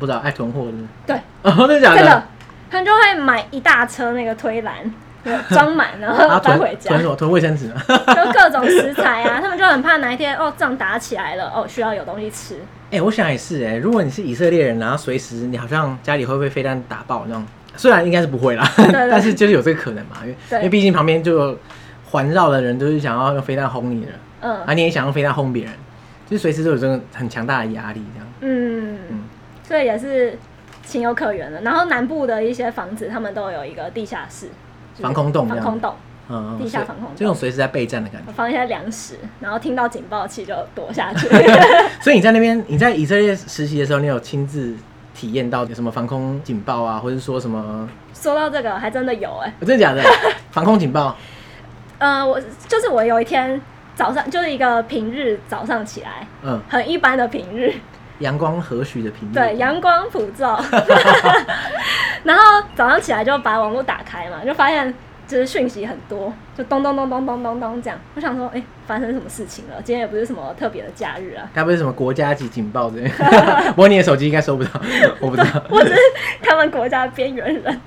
[SPEAKER 1] 不知道爱囤货是不 是？
[SPEAKER 2] 对，
[SPEAKER 1] 哦，真的假
[SPEAKER 2] 真的，他们就会买一大车那个 推篮，装满然
[SPEAKER 1] 啊，
[SPEAKER 2] 后
[SPEAKER 1] 囤
[SPEAKER 2] 搬回家
[SPEAKER 1] 囤，什么？囤卫生纸吗？啊
[SPEAKER 2] 就各种食材啊，他们就很怕哪一天哦仗打起来了，哦需要有东西吃。
[SPEAKER 1] 哎、我想也是哎、如果你是以色列人，然后随时你好像家里会不会飞弹打爆那种，虽然应该是不会啦，
[SPEAKER 2] 对对
[SPEAKER 1] 但是就是有这个可能嘛，因为
[SPEAKER 2] 对
[SPEAKER 1] 因为毕竟旁边就有环绕的人都是想要用飞弹轰你的，
[SPEAKER 2] 嗯
[SPEAKER 1] 啊，你也想用飞弹轰别人，就是随时都有这个很强大的压力这样。
[SPEAKER 2] 嗯，所以也是情有可原的。然后南部的一些房子，他们都有一个地下室，就是
[SPEAKER 1] 防空洞这
[SPEAKER 2] 防
[SPEAKER 1] 样
[SPEAKER 2] 空洞
[SPEAKER 1] 嗯，嗯
[SPEAKER 2] 地下
[SPEAKER 1] 所以
[SPEAKER 2] 防空洞
[SPEAKER 1] 这种随时在备战的感觉。
[SPEAKER 2] 放一些粮食，然后听到警报器就躲下 去。
[SPEAKER 1] 所以你在那边，你在以色列实习的时候，你有亲自体验到有什么防空警报啊，或者说什么？
[SPEAKER 2] 说到这个，还真的有哎、
[SPEAKER 1] 真的假 的？防空警报？
[SPEAKER 2] 呃，我就是我有一天早上，就是一个平日早上起来，
[SPEAKER 1] 嗯，
[SPEAKER 2] 很一般的平日，
[SPEAKER 1] 阳光和煦的平日。
[SPEAKER 2] 对，阳光普照。 然后早上起来就把网络打开嘛，就发现就是讯息很多，就咚咚咚咚咚咚咚这样。我想说，哎、发生什么事情了？今天也不是什么特别的假日啊，
[SPEAKER 1] 该不会是什么国家级警报之 类？不过你的手机应该收不到， 我不知道。
[SPEAKER 2] 我只是他们国家的边缘人。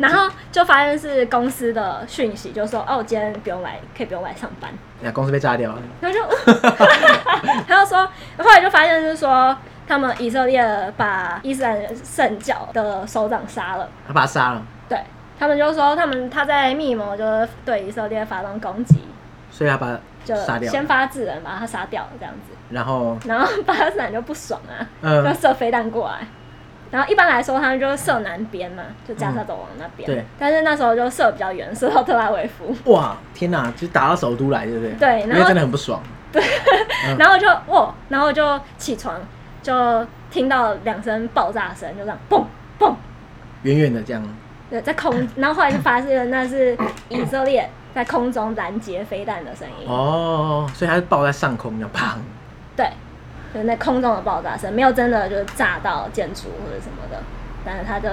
[SPEAKER 2] 然后就发现是公司的讯息，就说哦，今天不用来，可以不用来上班。
[SPEAKER 1] 呀，公司被炸掉了，
[SPEAKER 2] 然后就， 他就说，后来就发现是说。他们以色列把伊斯兰圣教的首长杀了，
[SPEAKER 1] 他把他杀了，
[SPEAKER 2] 对他们就说他们他在密谋就是对以色列发动攻击，
[SPEAKER 1] 所以他把
[SPEAKER 2] 就
[SPEAKER 1] 他杀掉
[SPEAKER 2] 先
[SPEAKER 1] 了。
[SPEAKER 2] 发制人把他杀掉这样子，
[SPEAKER 1] 然后，
[SPEAKER 2] 然后 巴勒斯坦就不爽啊，就
[SPEAKER 1] 嗯，
[SPEAKER 2] 射飞弹过来。然后一般来说，他们就是射南边嘛，就加沙走廊那
[SPEAKER 1] 嗯
[SPEAKER 2] 边。
[SPEAKER 1] 对。
[SPEAKER 2] 但是那时候就射比较远，射到特拉维夫。
[SPEAKER 1] 哇，天哪，就打到首都来，对不对？
[SPEAKER 2] 对然
[SPEAKER 1] 因
[SPEAKER 2] 后
[SPEAKER 1] 为真的很不爽。嗯
[SPEAKER 2] 然后就哦，然后就起床，就听到两声爆炸声，就这样嘣嘣，
[SPEAKER 1] 远远的这样，
[SPEAKER 2] 对，在空。然后后来就发现那是以色列在空中拦截飞弹的声音。
[SPEAKER 1] 哦，所以他是爆在上空，这样砰。
[SPEAKER 2] 对，就是那空中的爆炸声，没有真的就是炸到建筑或者什么的，但是它就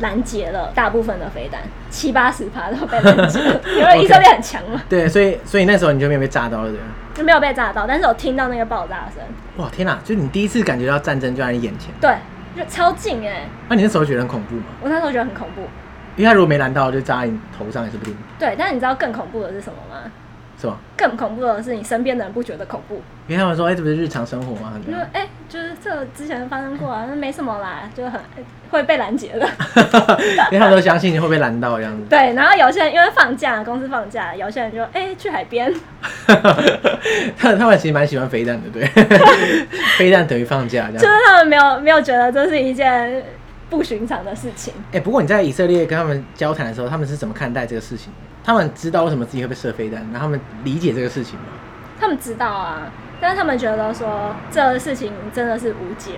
[SPEAKER 2] 拦截了大部分的飞弹，七八十趴都被拦截了，因为以色列很强嘛，
[SPEAKER 1] 对，所以所以那时候你就没有被炸到，对不对？
[SPEAKER 2] 就没有被炸到，但是我听到那个爆炸声，
[SPEAKER 1] 哇，天哪，就你第一次感觉到战争就在你眼前，
[SPEAKER 2] 对，就超近哎、
[SPEAKER 1] 那你那时候觉得很恐怖吗？
[SPEAKER 2] 我那时候觉得很恐怖。
[SPEAKER 1] 因为他如果没拦到，就炸在你头上也是不定，
[SPEAKER 2] 对，但你知道更恐怖的是什么吗？
[SPEAKER 1] 是吧？
[SPEAKER 2] 更恐怖的是你身边的人不觉得恐怖，
[SPEAKER 1] 因为他们说，哎、这不是日常生活吗？
[SPEAKER 2] 你说哎、就是这之前发生过啊，那没什么啦，就很会被拦截的。
[SPEAKER 1] 因为他们都相信你会被拦到这样子。
[SPEAKER 2] 对，然后有些人因为放假，公司放假，有些人就哎、去海边，
[SPEAKER 1] 他他们其实蛮喜欢飞弹的，对， 飞弹等于放假这
[SPEAKER 2] 就是
[SPEAKER 1] 样。
[SPEAKER 2] 他们没有没有觉得这是一件不寻常的事情。
[SPEAKER 1] 哎、不过你在以色列跟他们交谈的时候，他们是怎么看待这个事情的？他们知道为什么自己会被射飞弹，然后他们理解这个事情吗？
[SPEAKER 2] 他们知道啊，但是他们觉得说这个事情真的是无解，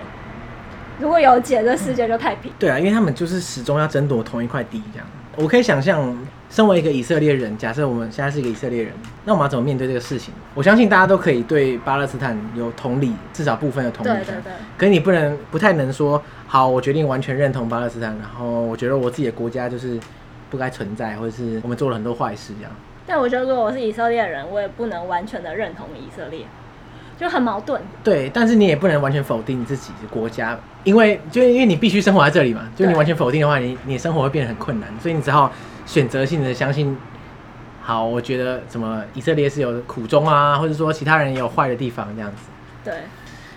[SPEAKER 2] 如果有解，这世界就太平。
[SPEAKER 1] 对啊，因为他们就是始终要争夺同一块地这样。我可以想象，身为一个以色列人，假设我们现在是一个以色列人，那我们要怎么面对这个事情？我相信大家都可以对巴勒斯坦有同理，至少部分的同理
[SPEAKER 2] 对
[SPEAKER 1] 这样。
[SPEAKER 2] 对对，
[SPEAKER 1] 可你不能不太能说，好，我决定完全认同巴勒斯坦，然后我觉得我自己的国家就是不该存在，或者是我们做了很多坏事这样。
[SPEAKER 2] 但我觉得如果我是以色列人，我也不能完全的认同以色列。就很矛盾。
[SPEAKER 1] 对，但是你也不能完全否定自己的国家，因为就因为你必须生活在这里嘛，就你
[SPEAKER 2] 对
[SPEAKER 1] 完全否定的话，你你的生活会变得很困难，所以你只好选择性的相信。好，我觉得什么以色列是有苦衷啊，或者说其他人也有坏的地方这样子。
[SPEAKER 2] 对，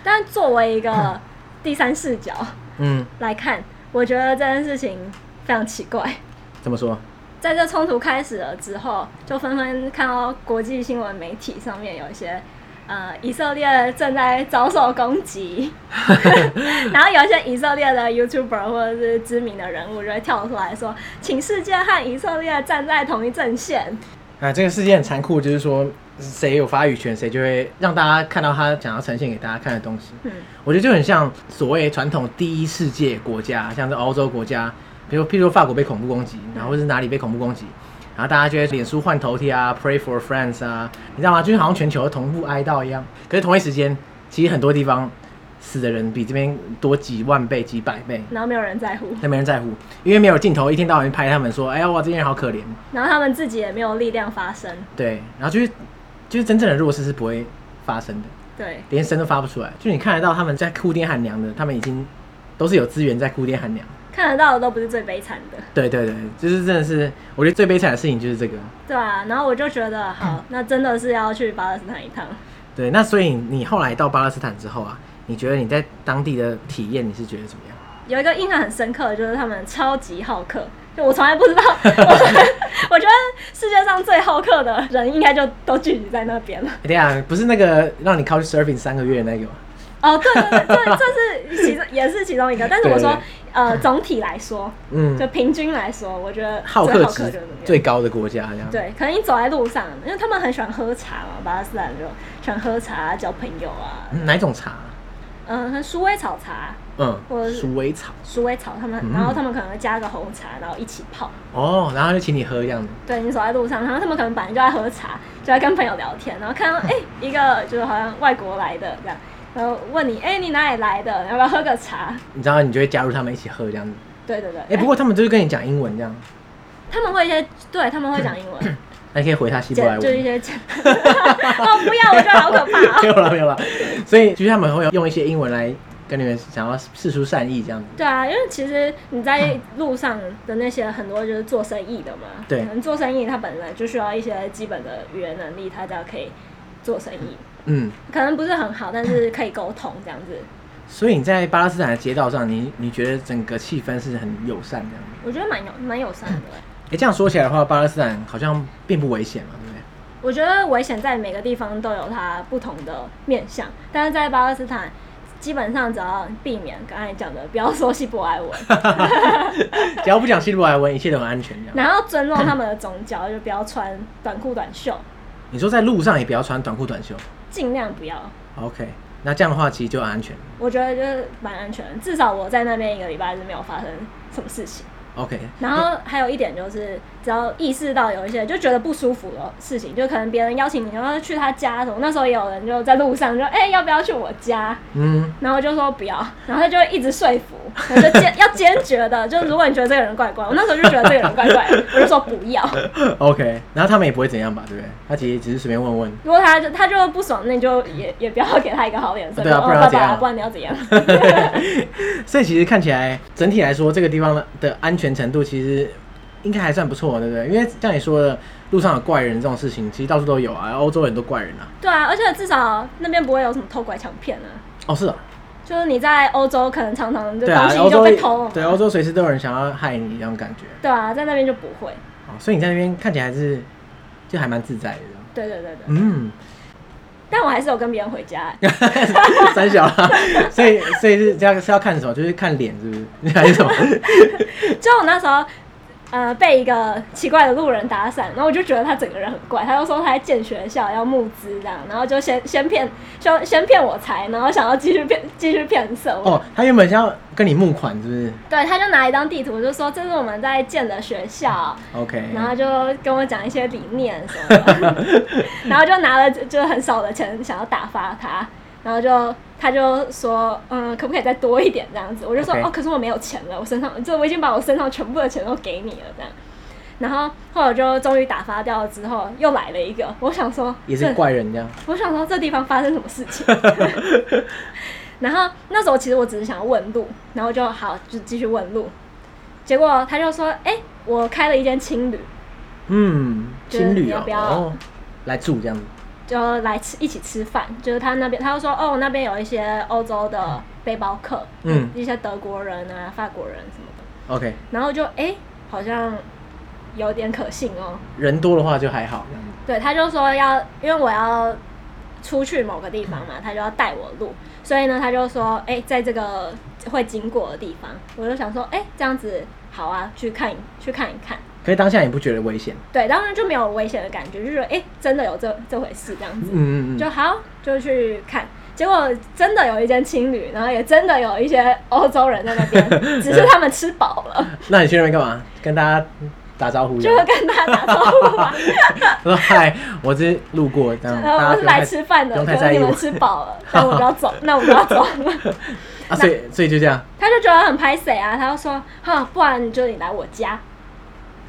[SPEAKER 2] 但作为一个第三视角
[SPEAKER 1] 嗯，
[SPEAKER 2] 来看，我觉得这件事情非常奇怪。
[SPEAKER 1] 怎么说？
[SPEAKER 2] 在这冲突开始了之后，就纷纷看到国际新闻媒体上面有一些，呃，以色列正在遭受攻击， 然后有一些以色列的 YouTuber 或者是知名的人物就会跳出来说，请世界和以色列站在同一阵线。
[SPEAKER 1] 啊，这个世界很残酷，就是说谁有发语权，谁就会让大家看到他想要呈现给大家看的东西。
[SPEAKER 2] 嗯，
[SPEAKER 1] 我觉得就很像所谓传统第一世界国家，像是欧洲国家，比如譬如说法国被恐怖攻击，然后或是哪里被恐怖攻击，然后大家就会脸书换头贴啊，Pray for France 啊，你知道吗？就是好像全球都同步哀悼一样。可是同一时间，其实很多地方死的人比这边多几万倍、几百倍，
[SPEAKER 2] 然后没有人在乎，
[SPEAKER 1] 但没人在乎，因为没有镜头，一天到晚拍他们说，哎呀哇，这些人好可怜。
[SPEAKER 2] 然后他们自己也没有力量发声。
[SPEAKER 1] 对，然后就是就是真正的弱势是不会发生的。
[SPEAKER 2] 对，
[SPEAKER 1] 连声都发不出来。就你看得到他们在哭爹喊娘的，他们已经都是有资源在哭爹喊娘。
[SPEAKER 2] 看得到的都不是最悲惨的。
[SPEAKER 1] 对对对，就是真的是，我觉得最悲惨的事情就是这个。
[SPEAKER 2] 对啊，然后我就觉得好，那真的是要去巴勒斯坦一趟。
[SPEAKER 1] 对，那所以你后来到巴勒斯坦之后啊，你觉得你在当地的体验你是觉得怎么样？
[SPEAKER 2] 有一个印象很深刻的就是他们超级好客，就我从来 不知道，我我觉得世界上最好客的人应该就都聚集在那边了。
[SPEAKER 1] 哎、等一下不是那个让你 couch surfing 三个月的那个吗？
[SPEAKER 2] 哦，对对 对，这这是其 中也是其中一个，但是我说
[SPEAKER 1] 对对对
[SPEAKER 2] 呃，总体来说，就
[SPEAKER 1] 嗯，
[SPEAKER 2] 平均来说，我觉得最
[SPEAKER 1] 好
[SPEAKER 2] 好
[SPEAKER 1] 客值
[SPEAKER 2] 客就是那边。
[SPEAKER 1] 最高的国家这样。
[SPEAKER 2] 对，可能你走在路上，啊因为他们很喜欢喝茶嘛，巴勒斯坦就喜欢喝茶、交朋友啊，
[SPEAKER 1] 嗯，哪一种茶啊？
[SPEAKER 2] 嗯、很鼠尾草茶、
[SPEAKER 1] 嗯
[SPEAKER 2] 我，
[SPEAKER 1] 鼠尾草
[SPEAKER 2] 鼠尾草，他们
[SPEAKER 1] 嗯
[SPEAKER 2] 然后他们可能会加个红茶，然后一起泡。
[SPEAKER 1] 哦，然后就请你喝这样子。
[SPEAKER 2] 对你走在路上，然后他们可能本来就在喝茶，就在跟朋友聊天，然后看到哎、一个就是好像外国来的这样，然后问你哎、你哪里来的，要不要喝个茶？
[SPEAKER 1] 你知道，你就会加入他们一起喝这样子。
[SPEAKER 2] 对对对，哎
[SPEAKER 1] 哎、不过他们就是跟你讲英文这样，
[SPEAKER 2] 他们会一些对他们会讲英文，
[SPEAKER 1] 那你可以回他希伯来
[SPEAKER 2] 简
[SPEAKER 1] 文。
[SPEAKER 2] 就一些 简，哦 不要，我觉得好可怕、
[SPEAKER 1] 没
[SPEAKER 2] 哦。
[SPEAKER 1] 有了，没有了。所以其实他们会用一些英文来跟你们想要试出善意这样子。
[SPEAKER 2] 对啊，因为其实你在路上的那些很多就是做生意的嘛，
[SPEAKER 1] 对
[SPEAKER 2] 可能做生意他本来就需要一些基本的语言能力，他才可以做生意。
[SPEAKER 1] 嗯，
[SPEAKER 2] 可能不是很好，但是可以沟通这样子，
[SPEAKER 1] 所以你在巴勒斯坦的街道上，你你觉得整个气氛是很友善这样子。
[SPEAKER 2] 我觉得蛮友蛮友善的欸。
[SPEAKER 1] 哎、这样说起来的话，巴勒斯坦好像并不危险嘛，对不对？
[SPEAKER 2] 我觉得危险在每个地方都有它不同的面向，但是在巴勒斯坦，基本上只要避免刚才讲的，不要说希伯来文，
[SPEAKER 1] 只要不讲希伯来文，一切都很安全这样。
[SPEAKER 2] 然后尊重他们的宗教，就不要穿短裤短袖，
[SPEAKER 1] 你说在路上也不要穿短裤短袖
[SPEAKER 2] 尽量不要。
[SPEAKER 1] ，OK？那这样的话其实就很安全
[SPEAKER 2] 我觉得就是蛮安全的，至少我在那边一个礼拜是没有发生什么事情。
[SPEAKER 1] ，OK？
[SPEAKER 2] 然后还有一点就是，只要意识到有一些就觉得不舒服的事情，就可能别人邀请你，然后去他家什么，那时候也有人就在路上就哎、要不要去我家，
[SPEAKER 1] 嗯，
[SPEAKER 2] 然后我就说不要，然后他就会一直说服，然后就坚要坚决的，就是如果你觉得这个人怪怪，我那时候就觉得这个人怪怪，我就说不要。
[SPEAKER 1] OK，然后他们也不会怎样吧，对不对？他其实只是随便问问。
[SPEAKER 2] 如果他就他就不爽，那你就也也不要给他一个好脸色，
[SPEAKER 1] 对啊
[SPEAKER 2] 说
[SPEAKER 1] 不然
[SPEAKER 2] 哦
[SPEAKER 1] 要
[SPEAKER 2] 爸
[SPEAKER 1] 怎
[SPEAKER 2] 爸，
[SPEAKER 1] 样
[SPEAKER 2] 不然你要怎样？
[SPEAKER 1] 所以其实看起来整体来说，这个地方的呃安全程度其实应该还算不错，对不对？因为像你说的，路上有怪人这种事情，其实到处都有啊，欧洲有很多怪人啊。
[SPEAKER 2] 对啊，而且至少那边不会有什么偷拐抢骗啊。
[SPEAKER 1] 哦，是啊，
[SPEAKER 2] 就是你在欧洲可能常常就
[SPEAKER 1] 对啊
[SPEAKER 2] 东，西
[SPEAKER 1] 欧
[SPEAKER 2] 就
[SPEAKER 1] 洲
[SPEAKER 2] 被偷了嘛，
[SPEAKER 1] 对欧洲随时都有人想要害你那种感觉。
[SPEAKER 2] 对啊，在那边就不会。
[SPEAKER 1] 哦，所以你在那边看起来还是就还蛮自在的。这样
[SPEAKER 2] 对对对对，
[SPEAKER 1] 嗯，
[SPEAKER 2] 但我还是有跟别人回家、
[SPEAKER 1] 三小啊，所以所以是这样是要看什么？就是看脸是不是？还是 什么？
[SPEAKER 2] 就我那时候，呃，被一个奇怪的路人搭讪，然后我就觉得他整个人很怪，他就说他在建学校要募资这样，然后就先先骗，就先骗我财，然后想要继续骗继续骗色我。
[SPEAKER 1] 哦，他原本是要跟你募款，是不是
[SPEAKER 2] 对，他就拿一张地图，就说这是我们在建的学校，
[SPEAKER 1] ？OK，
[SPEAKER 2] 然后就跟我讲一些理念什么 的，然后就拿了就就很少的钱想要打发他，然后就他就说，嗯，可不可以再多一点这样子？我就说
[SPEAKER 1] OK
[SPEAKER 2] 哦，可是我没有钱了，我身上就我已经把我身上全部的钱都给你了这样。然后后来就终于打发掉了之后，又来了一个，我想说
[SPEAKER 1] 也
[SPEAKER 2] 这
[SPEAKER 1] 是怪人这 样。
[SPEAKER 2] 我想说这地方发生什么 事情。然后那时候其实我只是想要问路，然后就好就继续问路。结果他就说：“哎、我开了一间青旅，
[SPEAKER 1] 嗯，
[SPEAKER 2] 就是
[SPEAKER 1] 青旅
[SPEAKER 2] 要
[SPEAKER 1] 哦
[SPEAKER 2] 不要
[SPEAKER 1] 哦，来住这样子。
[SPEAKER 2] 就来吃一起吃饭。”就是他那边，他就说：“哦，那边有一些欧洲的背包客，
[SPEAKER 1] 嗯
[SPEAKER 2] 一些德国人啊、法国人什么的。
[SPEAKER 1] ，OK，”
[SPEAKER 2] 然后就哎、好像有点可信哦。
[SPEAKER 1] 人多的话就还好这样子。
[SPEAKER 2] 对，他就说要，因为我要出去某个地方嘛，他就要带我路，所以呢，他就说，哎、在这个会经过的地方，我就想说，哎、这样子好啊，去看一去看一看。
[SPEAKER 1] 可是当下也不觉得危险。
[SPEAKER 2] 对，当然就没有危险的感觉，就是哎、诶真的有这这回事这样子，
[SPEAKER 1] 嗯嗯
[SPEAKER 2] 就好，就去看。结果真的有一间青旅，然后也真的有一些欧洲人在那 边，只是他们吃饱了，
[SPEAKER 1] 嗯。那你去那边干嘛？跟大家打招呼这
[SPEAKER 2] 就
[SPEAKER 1] 样。
[SPEAKER 2] 会跟他打招呼啊。
[SPEAKER 1] 他 说嗨，我只是路过这样，
[SPEAKER 2] 然后
[SPEAKER 1] 嗯大
[SPEAKER 2] 我
[SPEAKER 1] 家不
[SPEAKER 2] 是
[SPEAKER 1] 用太
[SPEAKER 2] 来吃饭的，
[SPEAKER 1] 不用太
[SPEAKER 2] 可
[SPEAKER 1] 在
[SPEAKER 2] 是
[SPEAKER 1] 意
[SPEAKER 2] 你
[SPEAKER 1] 我
[SPEAKER 2] 们吃饱 了，那我们要走，那我们要走 了。
[SPEAKER 1] 啊，所以所以就这样。
[SPEAKER 2] 他就觉得很拍谁啊，他就说，哈，不然就你来我家，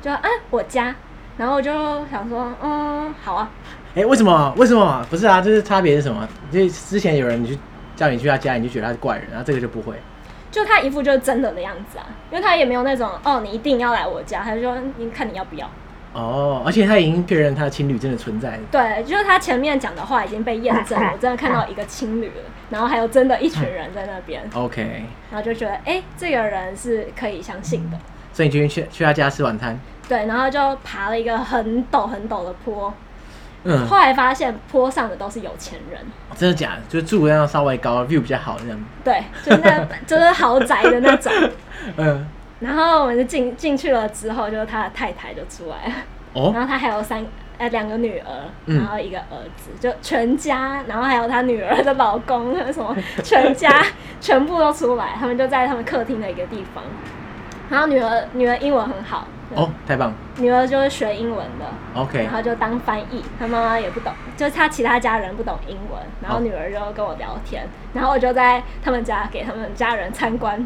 [SPEAKER 2] 就啊我家，然后我就想说，嗯，好啊，
[SPEAKER 1] 哎、为什么？为什么？不是啊，就是差别是什么？就是之前有人你去叫你去他家，你就觉得他是怪人，啊然后这个就不会。
[SPEAKER 2] 就他一副就是真的的样子啊，因为他也没有那种哦你一定要来我家，他就说你看你要不要，
[SPEAKER 1] 哦，而且他已经确认他的情侣真的存在。
[SPEAKER 2] 对，就是他前面讲的话已经被验证了，我真的看到一个青旅了，然后还有真的一群人在那边，
[SPEAKER 1] OK，
[SPEAKER 2] 然后就觉得哎这个人是可以相信的，
[SPEAKER 1] 所以你决定去去他家吃晚餐。
[SPEAKER 2] 对，然后就爬了一个很陡很陡的坡，
[SPEAKER 1] 嗯，
[SPEAKER 2] 后来发现坡上的都是有钱人。
[SPEAKER 1] 真的假的？就是住的那样稍微高，view 比较好这样。
[SPEAKER 2] 对，就是那就是豪宅的那种。
[SPEAKER 1] 嗯，
[SPEAKER 2] 然后我们就进进去了之后，就是他的太太就出来了，然
[SPEAKER 1] 哦，
[SPEAKER 2] 后他还有三呃两个女儿，
[SPEAKER 1] 嗯
[SPEAKER 2] 然后一个儿子，就全家，然后还有他女儿的老公，什 么全家全部都出来，他们就在他们客厅的一个地方。然后女儿女儿英文很好，
[SPEAKER 1] 哦，太棒。
[SPEAKER 2] 女儿就是学英文的，
[SPEAKER 1] OK，
[SPEAKER 2] 然后就当翻译，他妈妈也不懂，就是他其他家人不懂英文，然后
[SPEAKER 1] 好
[SPEAKER 2] 女儿就跟我聊天，然后我就在他们家给他们家人参观，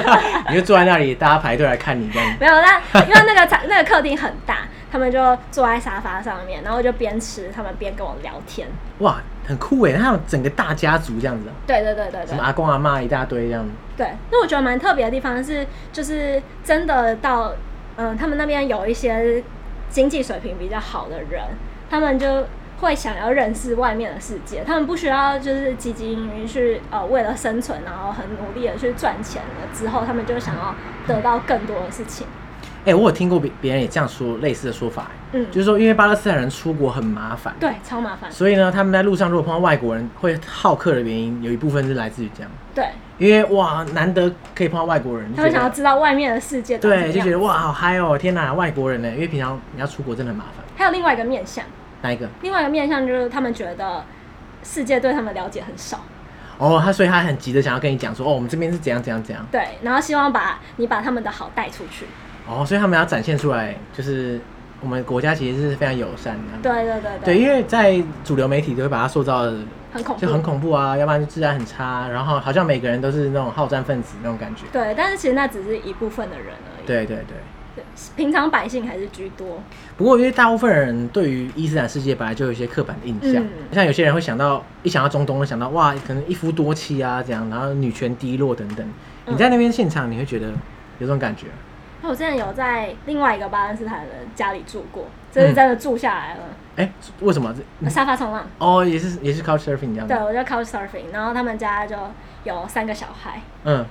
[SPEAKER 1] 你就坐在那里，大家排队来看你这样。
[SPEAKER 2] 没有，那因为那个 餐那个客厅很大，他们就坐在沙发上面，然后我就边吃，他们边跟我聊天，
[SPEAKER 1] 哇，很酷哎！他有整个大家族这样子啊，
[SPEAKER 2] 对对对对
[SPEAKER 1] 什
[SPEAKER 2] 对
[SPEAKER 1] 么阿公阿妈一大堆这样。
[SPEAKER 2] 对，那我觉得蛮特别的地方是，就是真的到嗯，他们那边有一些经济水平比较好的人，他们就。会想要认识外面的世界，他们不需要就是汲汲营营去呃为了生存，然后很努力的去赚钱了之后，他们就想要得到更多的事情。
[SPEAKER 1] 哎、我有听过别别人也这样说类似的说法、欸，
[SPEAKER 2] 嗯，
[SPEAKER 1] 就是说因为巴勒斯坦人出国很麻烦，
[SPEAKER 2] 对，超麻烦。
[SPEAKER 1] 所以呢，他们在路上如果碰到外国人会好客的原因，有一部分是来自于这样，
[SPEAKER 2] 对，
[SPEAKER 1] 因为哇，难得可以碰到外国人，
[SPEAKER 2] 他们
[SPEAKER 1] 就觉
[SPEAKER 2] 想要
[SPEAKER 1] 得
[SPEAKER 2] 知道外面的世界长什么
[SPEAKER 1] 对，
[SPEAKER 2] 样。
[SPEAKER 1] 就觉得哇，好嗨哦，天哪，外国人呢？因为平常你要出国真的很麻烦。
[SPEAKER 2] 还有另外一个面向，
[SPEAKER 1] 哪一个？
[SPEAKER 2] 另外一个面向就是他们觉得世界对他们了解很少，
[SPEAKER 1] 哦，他所以他很急的想要跟你讲说，哦，我们这边是怎样怎样怎样。
[SPEAKER 2] 对，然后希望把你把他们的好带出去。
[SPEAKER 1] 哦，所以他们要展现出来，就是我们国家其实是非常友善的。
[SPEAKER 2] 对对对
[SPEAKER 1] 对，因为在主流媒体都会把它塑造的
[SPEAKER 2] 很恐怖，
[SPEAKER 1] 就很恐怖啊，要不然就治安很差，然后好像每个人都是那种好战分子那种感觉。
[SPEAKER 2] 对，但是其实那只是一部分的人而已，
[SPEAKER 1] 对对对。
[SPEAKER 2] 对，平常百姓还是居多。
[SPEAKER 1] 不过，因为大部分人对于伊斯兰世界本来就有一些刻板的印象，
[SPEAKER 2] 嗯
[SPEAKER 1] 像有些人会想到一想到中东，会想到哇，可能一夫多妻啊，这样，然后女权低落等等。
[SPEAKER 2] 嗯
[SPEAKER 1] 你在那边现场，你会觉得有这种感觉，
[SPEAKER 2] 那我之前有在另外一个巴勒斯坦人家里住过，
[SPEAKER 1] 嗯
[SPEAKER 2] 这是真的住下来了，
[SPEAKER 1] 哎、为什么？这
[SPEAKER 2] 沙发冲浪。
[SPEAKER 1] 哦，也是也是 couch surfing 这样
[SPEAKER 2] 对，啊
[SPEAKER 1] 子，
[SPEAKER 2] 我就 couch surfing，然后他们家就有三个小孩，
[SPEAKER 1] 嗯，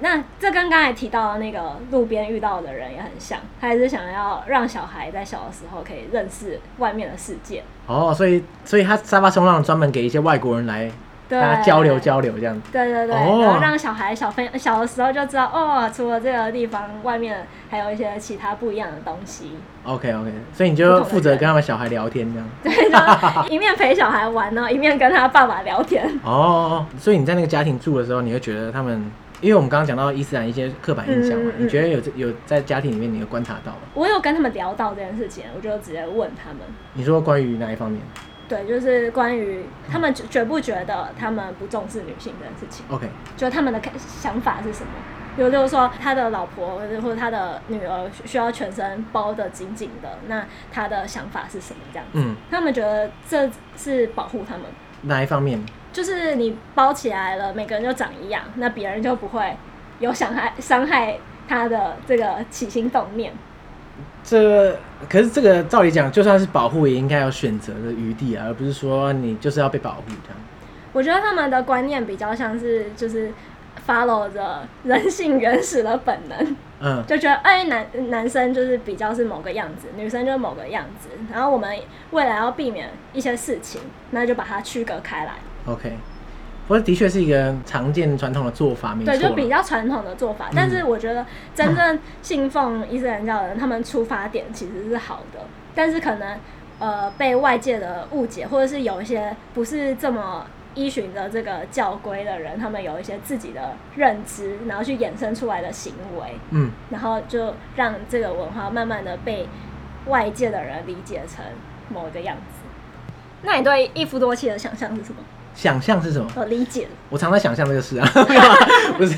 [SPEAKER 2] 那这跟刚才提到的那个路边遇到的人也很像，他也是想要让小孩在小的时候可以认识外面的世界，
[SPEAKER 1] 哦，所以所以他沙发冲浪专门给一些外国人来
[SPEAKER 2] 对，
[SPEAKER 1] 大家交流交流这样子，
[SPEAKER 2] 对对对，
[SPEAKER 1] 哦
[SPEAKER 2] 然后让小孩小朋小的时候就知道，哦，除了这个地方，外面还有一些其他不一样的东西。
[SPEAKER 1] OK OK，所以你
[SPEAKER 2] 不
[SPEAKER 1] 就
[SPEAKER 2] 同的
[SPEAKER 1] 负责
[SPEAKER 2] 人
[SPEAKER 1] 跟他们小孩聊天这样，
[SPEAKER 2] 对，就是一面陪小孩玩，然后一面跟他爸爸聊天。
[SPEAKER 1] 哦，所以你在那个家庭住的时候，你会觉得他们，因为我们刚刚讲到伊斯兰一些刻板印象嘛，
[SPEAKER 2] 嗯嗯嗯
[SPEAKER 1] 你觉得有这有在家庭里面你有观察到吗？
[SPEAKER 2] 我有跟他们聊到这件事情，我就直接问他们，
[SPEAKER 1] 你说关于哪一方面
[SPEAKER 2] 对，就是关于他们觉觉不觉得他们不重视女性这件事情，
[SPEAKER 1] ？OK，
[SPEAKER 2] 就他们的看想法是什么？比如就是说他的老婆或者或者他的女儿需要全身包得紧紧的，那他的想法是什么这样子？
[SPEAKER 1] 嗯，
[SPEAKER 2] 他们觉得这是保护他们，
[SPEAKER 1] 哪一方面？
[SPEAKER 2] 就是你包起来了，每个人就长一样，那别人就不会有伤害伤害他的这个起心动念。
[SPEAKER 1] 这个可是这个照理讲，就算是保护，也应该有选择的余地啊，而不是说你就是要被保护这样。
[SPEAKER 2] 我觉得他们的观念比较像是就是 follow 着人性原始的本能，
[SPEAKER 1] 嗯，
[SPEAKER 2] 就觉得哎、男男生就是比较是某个样子，女生就是某个样子，然后我们未来要避免一些事情，那就把它区隔开来。
[SPEAKER 1] OK，不过的确是一个常见传统的做法，没错啦。
[SPEAKER 2] 对，就比较传统的做法。但是我觉得真正信奉伊斯兰教的人，他们出发点其实是好的，但是可能呃被外界的误解，或者是有一些不是这么。依循着这个教规的人，他们有一些自己的认知，然后去衍生出来的行为，
[SPEAKER 1] 嗯，
[SPEAKER 2] 然后就让这个文化慢慢的被外界的人理解成某一个样子。那你对一夫多妻的想象是什么？
[SPEAKER 1] 想象是什么？
[SPEAKER 2] 我理解
[SPEAKER 1] 我常在想象这个事啊， 没有 啊不是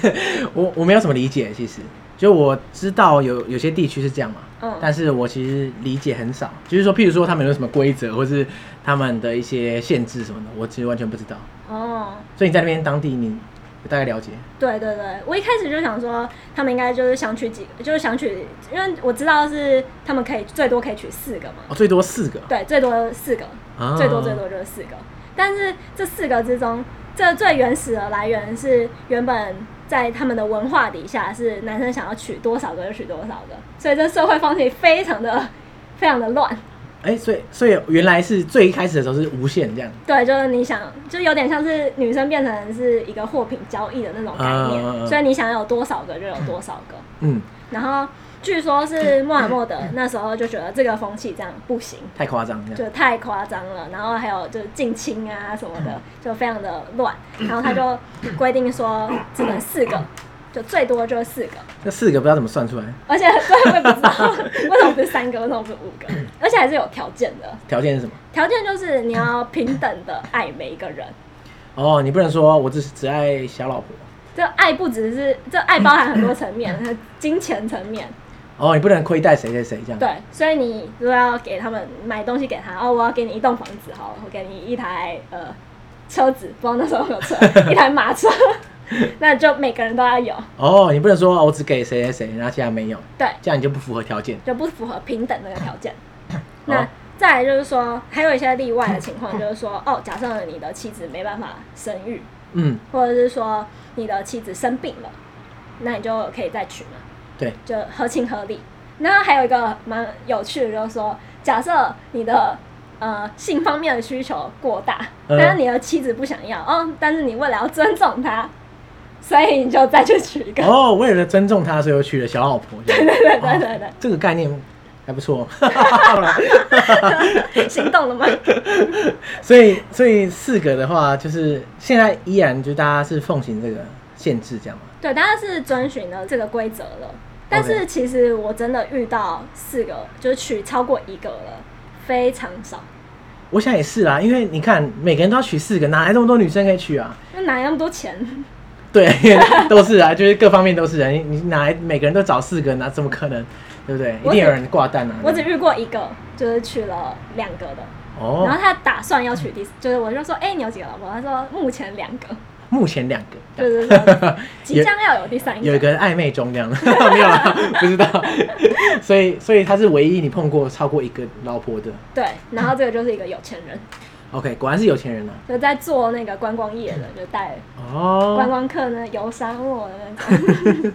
[SPEAKER 1] 我我没有什么理解，其实就我知道有有些地区是这样嘛，
[SPEAKER 2] 嗯
[SPEAKER 1] 但是我其实理解很少，就是说，譬如说他们有什么规则，或是他们的一些限制什么的，我其实完全不知道。
[SPEAKER 2] 哦，
[SPEAKER 1] 所以你在那边当地，你大概了解，
[SPEAKER 2] 对对对，我一开始就想说，他们应该就是想娶几，就是想娶，因为我知道是他们可以最多可以娶四个嘛，
[SPEAKER 1] 哦，最多四个，
[SPEAKER 2] 对，最多四个，
[SPEAKER 1] 啊
[SPEAKER 2] 最多最多就是四个。但是这四个之中，这最原始的来源是原本在他们的文化底下是男生想要娶多少个就娶多少个，所以这社会风气非常的非常的乱。
[SPEAKER 1] 哎、所以所以原来是最一开始的时候是无限这样，
[SPEAKER 2] 对，就是你想，就有点像是女生变成是一个货品交易的那种概念，
[SPEAKER 1] 啊啊啊
[SPEAKER 2] 所以你想有多少个就有多少个。
[SPEAKER 1] 嗯，
[SPEAKER 2] 然后据说是穆罕 默德那时候就觉得这个风气这样不行，
[SPEAKER 1] 太夸张这样，
[SPEAKER 2] 就太夸张了。然后还有就是近亲啊什么的，就非常的乱。然后他就规定说只能四个，就最多就是四个。
[SPEAKER 1] 这四个不知道怎么算出来，
[SPEAKER 2] 而且对，我也不知道为什么不是三个，为什么不是五个，而且还是有条件的。
[SPEAKER 1] 条件是什么？
[SPEAKER 2] 条件就是你要平等的爱每一个人，
[SPEAKER 1] 哦，你不能说我只是只爱小老婆，
[SPEAKER 2] 这爱不只是这爱包含很多层面，金钱层面，
[SPEAKER 1] 哦，你不能亏待谁谁谁这样，，
[SPEAKER 2] 对，所以你如果要给他们买东西给他，哦，我要给你一栋房子，好了，我给你一台呃车子，不知道那时候有没有车，一台马车， 那就每个人都要有，
[SPEAKER 1] 哦，你不能说哦我只给谁谁谁，然后其他没有，
[SPEAKER 2] 对，
[SPEAKER 1] 这样你就不符合条件。哦
[SPEAKER 2] 就不符合平等这个条件。
[SPEAKER 1] 好
[SPEAKER 2] 那再来就是说，还有一些例外的情况，就是说，哦，假设你的妻子没办法生育，
[SPEAKER 1] 嗯，
[SPEAKER 2] 或者是说你的妻子生病了，那你就可以再娶嘛。
[SPEAKER 1] 对，
[SPEAKER 2] 就合情合理。那还有一个蛮有趣的，就是说，假设你的呃性方面的需求过大，
[SPEAKER 1] 嗯
[SPEAKER 2] 但是你的妻子不想要，哦，但是你为了要尊重她，所以你就再去娶一个。
[SPEAKER 1] 哦，为了尊重他，所以我娶了小老婆，这样
[SPEAKER 2] 对对对对
[SPEAKER 1] 这个概念还不错。 哦
[SPEAKER 2] 对，心动了吗？
[SPEAKER 1] 所以，所以四个的话，就是现在依然就大家是奉行这个限制，这样嘛。
[SPEAKER 2] 对，大家是遵循了这个规则了。但是
[SPEAKER 1] OK
[SPEAKER 2] 其实我真的遇到四个，就是娶超过一个了，非常少。
[SPEAKER 1] 我想也是啦，因为你看每个人都要娶四个，哪来这么多女生可以娶啊？
[SPEAKER 2] 那哪来那么多钱？
[SPEAKER 1] 对，都是啊，就是各方面都是人，你哪来每个人都找四个，哪怎么可能？对不对？一
[SPEAKER 2] 我只
[SPEAKER 1] 定有人挂蛋啊！
[SPEAKER 2] 我只遇过一个，就是娶了两个的，然
[SPEAKER 1] 哦
[SPEAKER 2] 后，他打算要娶第，就是我就说，哎、你有几个老婆？他说目前两个，
[SPEAKER 1] 目前两个，
[SPEAKER 2] 就是说即将要有第三
[SPEAKER 1] 有一
[SPEAKER 2] 个。
[SPEAKER 1] 个暧昧中这样， 没有啦，不知道。 所以，所以他是唯一你碰过超过一个老婆的。
[SPEAKER 2] 对，然后这个就是一个有钱人，
[SPEAKER 1] OK，果然是有钱人啊。
[SPEAKER 2] 就在做那个观光业的，就带观
[SPEAKER 1] 哦，
[SPEAKER 2] 光客呢游沙漠的 那种，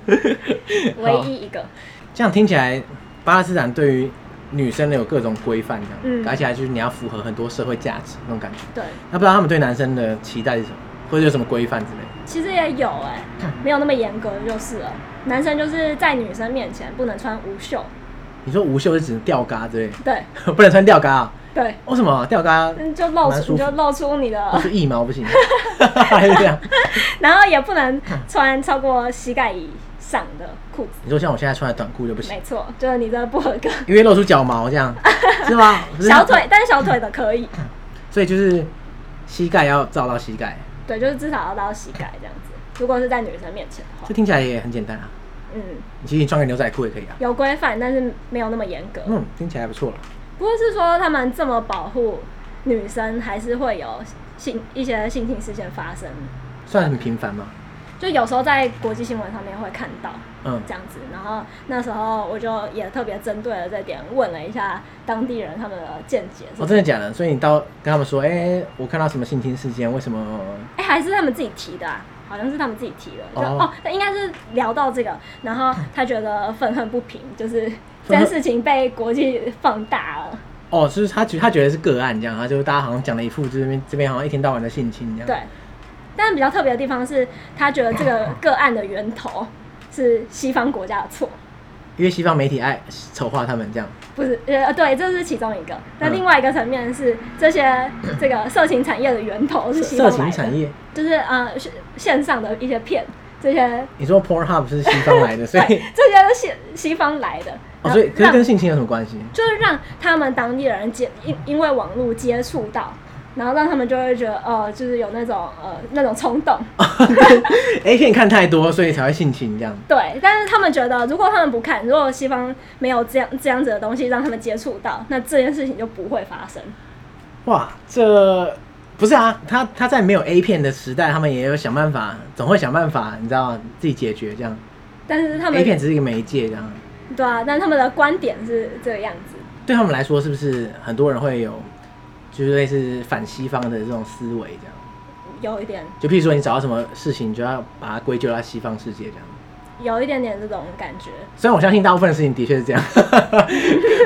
[SPEAKER 2] 唯一一个。
[SPEAKER 1] 这样听起来，巴勒斯坦对于女生的有各种规范，这样，
[SPEAKER 2] 嗯
[SPEAKER 1] 而且还就是你要符合很多社会价值那种感觉。
[SPEAKER 2] 对，
[SPEAKER 1] 那不知道他们对男生的期待是什么，或者有什么规范之类的？
[SPEAKER 2] 其实也有哎、没有那么严格就是了。男生就是在女生面前不能穿无袖，
[SPEAKER 1] 你说无袖是指吊嘎之类
[SPEAKER 2] 对
[SPEAKER 1] 的， 不能穿吊嘎啊？
[SPEAKER 2] 对，
[SPEAKER 1] 为什么吊嘎
[SPEAKER 2] 嗯就露
[SPEAKER 1] 蛮
[SPEAKER 2] 出
[SPEAKER 1] 舒服
[SPEAKER 2] 你就露出你
[SPEAKER 1] 不
[SPEAKER 2] 的
[SPEAKER 1] 是一毛不行？还是这样？
[SPEAKER 2] 然后也不能穿超过膝盖以上的裤子。
[SPEAKER 1] 你说像我现在穿的短裤就不行
[SPEAKER 2] 没，错，就是你的不合格。
[SPEAKER 1] 因为露出脚毛这 样，是吗？不是
[SPEAKER 2] 小腿，但是小腿的可以，
[SPEAKER 1] 所以就是膝盖要照到膝盖。
[SPEAKER 2] 对，就是至少要到膝盖这样子。如果是在女生面前的话
[SPEAKER 1] 这，听起来也很简单啊。
[SPEAKER 2] 嗯，
[SPEAKER 1] 其实你穿个牛仔裤也可以啊。
[SPEAKER 2] 有规范，但是没有那么严格。
[SPEAKER 1] 嗯，听起来不错了。
[SPEAKER 2] 不过是说他们这么保护女生，还是会有性一些性侵事件发生，
[SPEAKER 1] 算很频繁嘛。
[SPEAKER 2] 就有时候在国际新闻上面会看到
[SPEAKER 1] 嗯，
[SPEAKER 2] 这样子。然后那时候我就也特别针对了这点，问了一下当地人他们的见解是
[SPEAKER 1] 哦，
[SPEAKER 2] 什么。
[SPEAKER 1] 真的假的？所以你到跟他们说，哎、我看到什么性侵事件，为什么？
[SPEAKER 2] 哎、还是他们自己提的、啊，好像是他们自己提的。就
[SPEAKER 1] 哦嗯
[SPEAKER 2] 哦，那、应该是聊到这个，然后他觉得愤恨不平，就是这件事情被国际放大了。
[SPEAKER 1] 哦，就是他觉他觉得是个案这样，他就大家好像讲了一副，就是这边这边好像一天到晚的性侵这样。
[SPEAKER 2] 对，但比较特别的地方是，他觉得这个个案的源头是西方国家的错，
[SPEAKER 1] 因为西方媒体爱丑化他们这样。
[SPEAKER 2] 不是呃对，这是其中一个。那
[SPEAKER 1] 嗯
[SPEAKER 2] 另外一个层面是，这 些这个色情产业的源头是西方
[SPEAKER 1] 色
[SPEAKER 2] 来
[SPEAKER 1] 情
[SPEAKER 2] 的，
[SPEAKER 1] 产业，
[SPEAKER 2] 就是呃是线上的一些片，这些
[SPEAKER 1] 你说 Pornhub 是西方来 的，所以
[SPEAKER 2] 对这些都是西西方来的，
[SPEAKER 1] 哦，所以可是
[SPEAKER 2] 让
[SPEAKER 1] 跟性侵有什么关系？
[SPEAKER 2] 就是让他们当地人接因因为网络接触到，然后让他们就会觉得哦、呃就是有那种呃那种冲动，
[SPEAKER 1] 啊 A 片看太多，所以才会性侵这样。
[SPEAKER 2] 对。但是他们觉得，如果他们不看，如果西方没有这样这样子的东西让他们接触到，那这件事情就不会发生。
[SPEAKER 1] 哇，这不是啊，他他在没有 A 片的时代，他们也有想办法，总会想办法，你知道吗？自己解决这样。
[SPEAKER 2] 但是他
[SPEAKER 1] A 片
[SPEAKER 2] 们
[SPEAKER 1] 只是一个媒介这样，
[SPEAKER 2] 对啊，但他们的观点是这个样子。
[SPEAKER 1] 对他们来说，是不是很多人会有就是类似反西方的这种思维这样？
[SPEAKER 2] 有一点，
[SPEAKER 1] 就譬如说，你找到什么事情，你就要把它归咎到西方世界这样。
[SPEAKER 2] 有一点点这种感觉。
[SPEAKER 1] 虽然我相信大部分的事情的确是这样，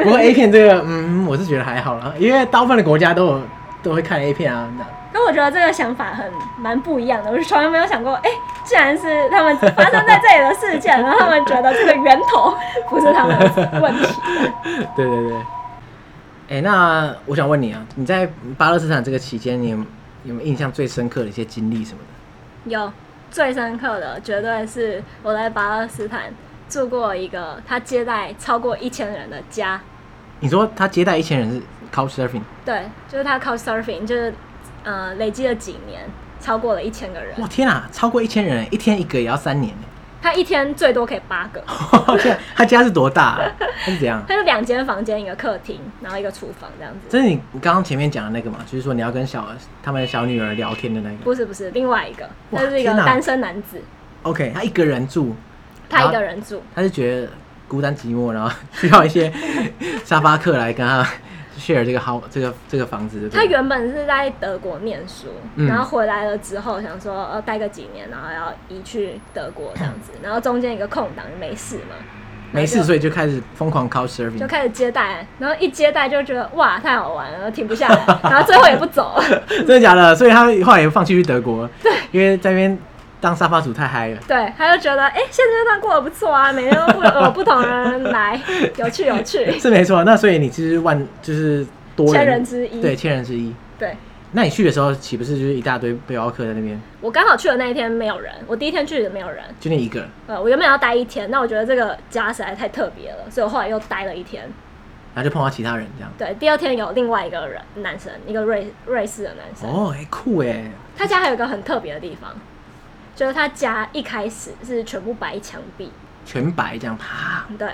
[SPEAKER 1] 不过 A 片这个，嗯，我是觉得还好啦，因为大部分的国家都有都会看 A 片啊。那
[SPEAKER 2] 可我觉得这个想法很蛮不一样的，我是从来没有想过，哎、竟然是他们发生在这里的事 件，然后他们觉得这个源头不是他们的问题。
[SPEAKER 1] 对对对。哎、那我想问你啊，你在巴勒斯坦这个期间，你有有没有印象最深刻的一些经历什么的？
[SPEAKER 2] 有最深刻的，绝对是我在巴勒斯坦住过一个他接待超过一千人的家，
[SPEAKER 1] 你说他接待一千人是 couch surfing，
[SPEAKER 2] 对，就是他 couch surfing，就是呃累积了几年，超过了一千个人，
[SPEAKER 1] 哇天啊，超过一千人，一天一个也要三年
[SPEAKER 2] 他一天最多可以八个，
[SPEAKER 1] 呢。这样他家是多大、啊？他是怎样？
[SPEAKER 2] 他就两间房间，一个客厅，然后一个厨房这样子。
[SPEAKER 1] 这是你你刚刚前面讲的那个嘛，就是说你要跟小他们的小女儿聊天的那个。
[SPEAKER 2] 不是不是，另外一个，
[SPEAKER 1] 哇
[SPEAKER 2] 他是一个
[SPEAKER 1] 天哪
[SPEAKER 2] 单身男子，
[SPEAKER 1] OK，他一个人住，
[SPEAKER 2] 他一个人住，
[SPEAKER 1] 他是觉得孤单寂寞，然后需要一些 沙发客来跟他 share 这个 h 这个这个房子。对不
[SPEAKER 2] 他
[SPEAKER 1] 对
[SPEAKER 2] 原本是在德国念书，
[SPEAKER 1] 嗯
[SPEAKER 2] 然后回来了之后想说呃待个几年，然后要移去德国这样子， 然后中间一个空档没事嘛，
[SPEAKER 1] 没事，所以就开始疯狂 couch
[SPEAKER 2] 就
[SPEAKER 1] surfing。
[SPEAKER 2] 开始接待，然后一接待就觉得哇太好玩了，停不下来，然后最后也不走，
[SPEAKER 1] 真的假的？所以他后来也放弃去德国，对，因为在那边当沙发主太嗨了。
[SPEAKER 2] 对，他就觉得哎、现阶段过得不错啊，每天都不有不同人来，有趣有趣，
[SPEAKER 1] 是没错，那所以你就是万就是多
[SPEAKER 2] 千
[SPEAKER 1] 人
[SPEAKER 2] 人之一，
[SPEAKER 1] 对千人之一。
[SPEAKER 2] 对
[SPEAKER 1] 那你去的时候，岂不是就是一大堆背包客在那边，
[SPEAKER 2] 我刚好去的那一天没有人，我第一天去也没有人，
[SPEAKER 1] 就你一个人？
[SPEAKER 2] 呃，我原本要待一天，那我觉得这个家实在太特别了，所以我后来又待了一天。
[SPEAKER 1] 然后就碰到其他人这样。
[SPEAKER 2] 对，第二天有另外一个人男生，一个瑞瑞士的男生，
[SPEAKER 1] 哦，哎、酷哎，
[SPEAKER 2] 他家还有一个很特别的地方，就是他家一开始是全部白墙壁，
[SPEAKER 1] 全白这样啪。
[SPEAKER 2] 对。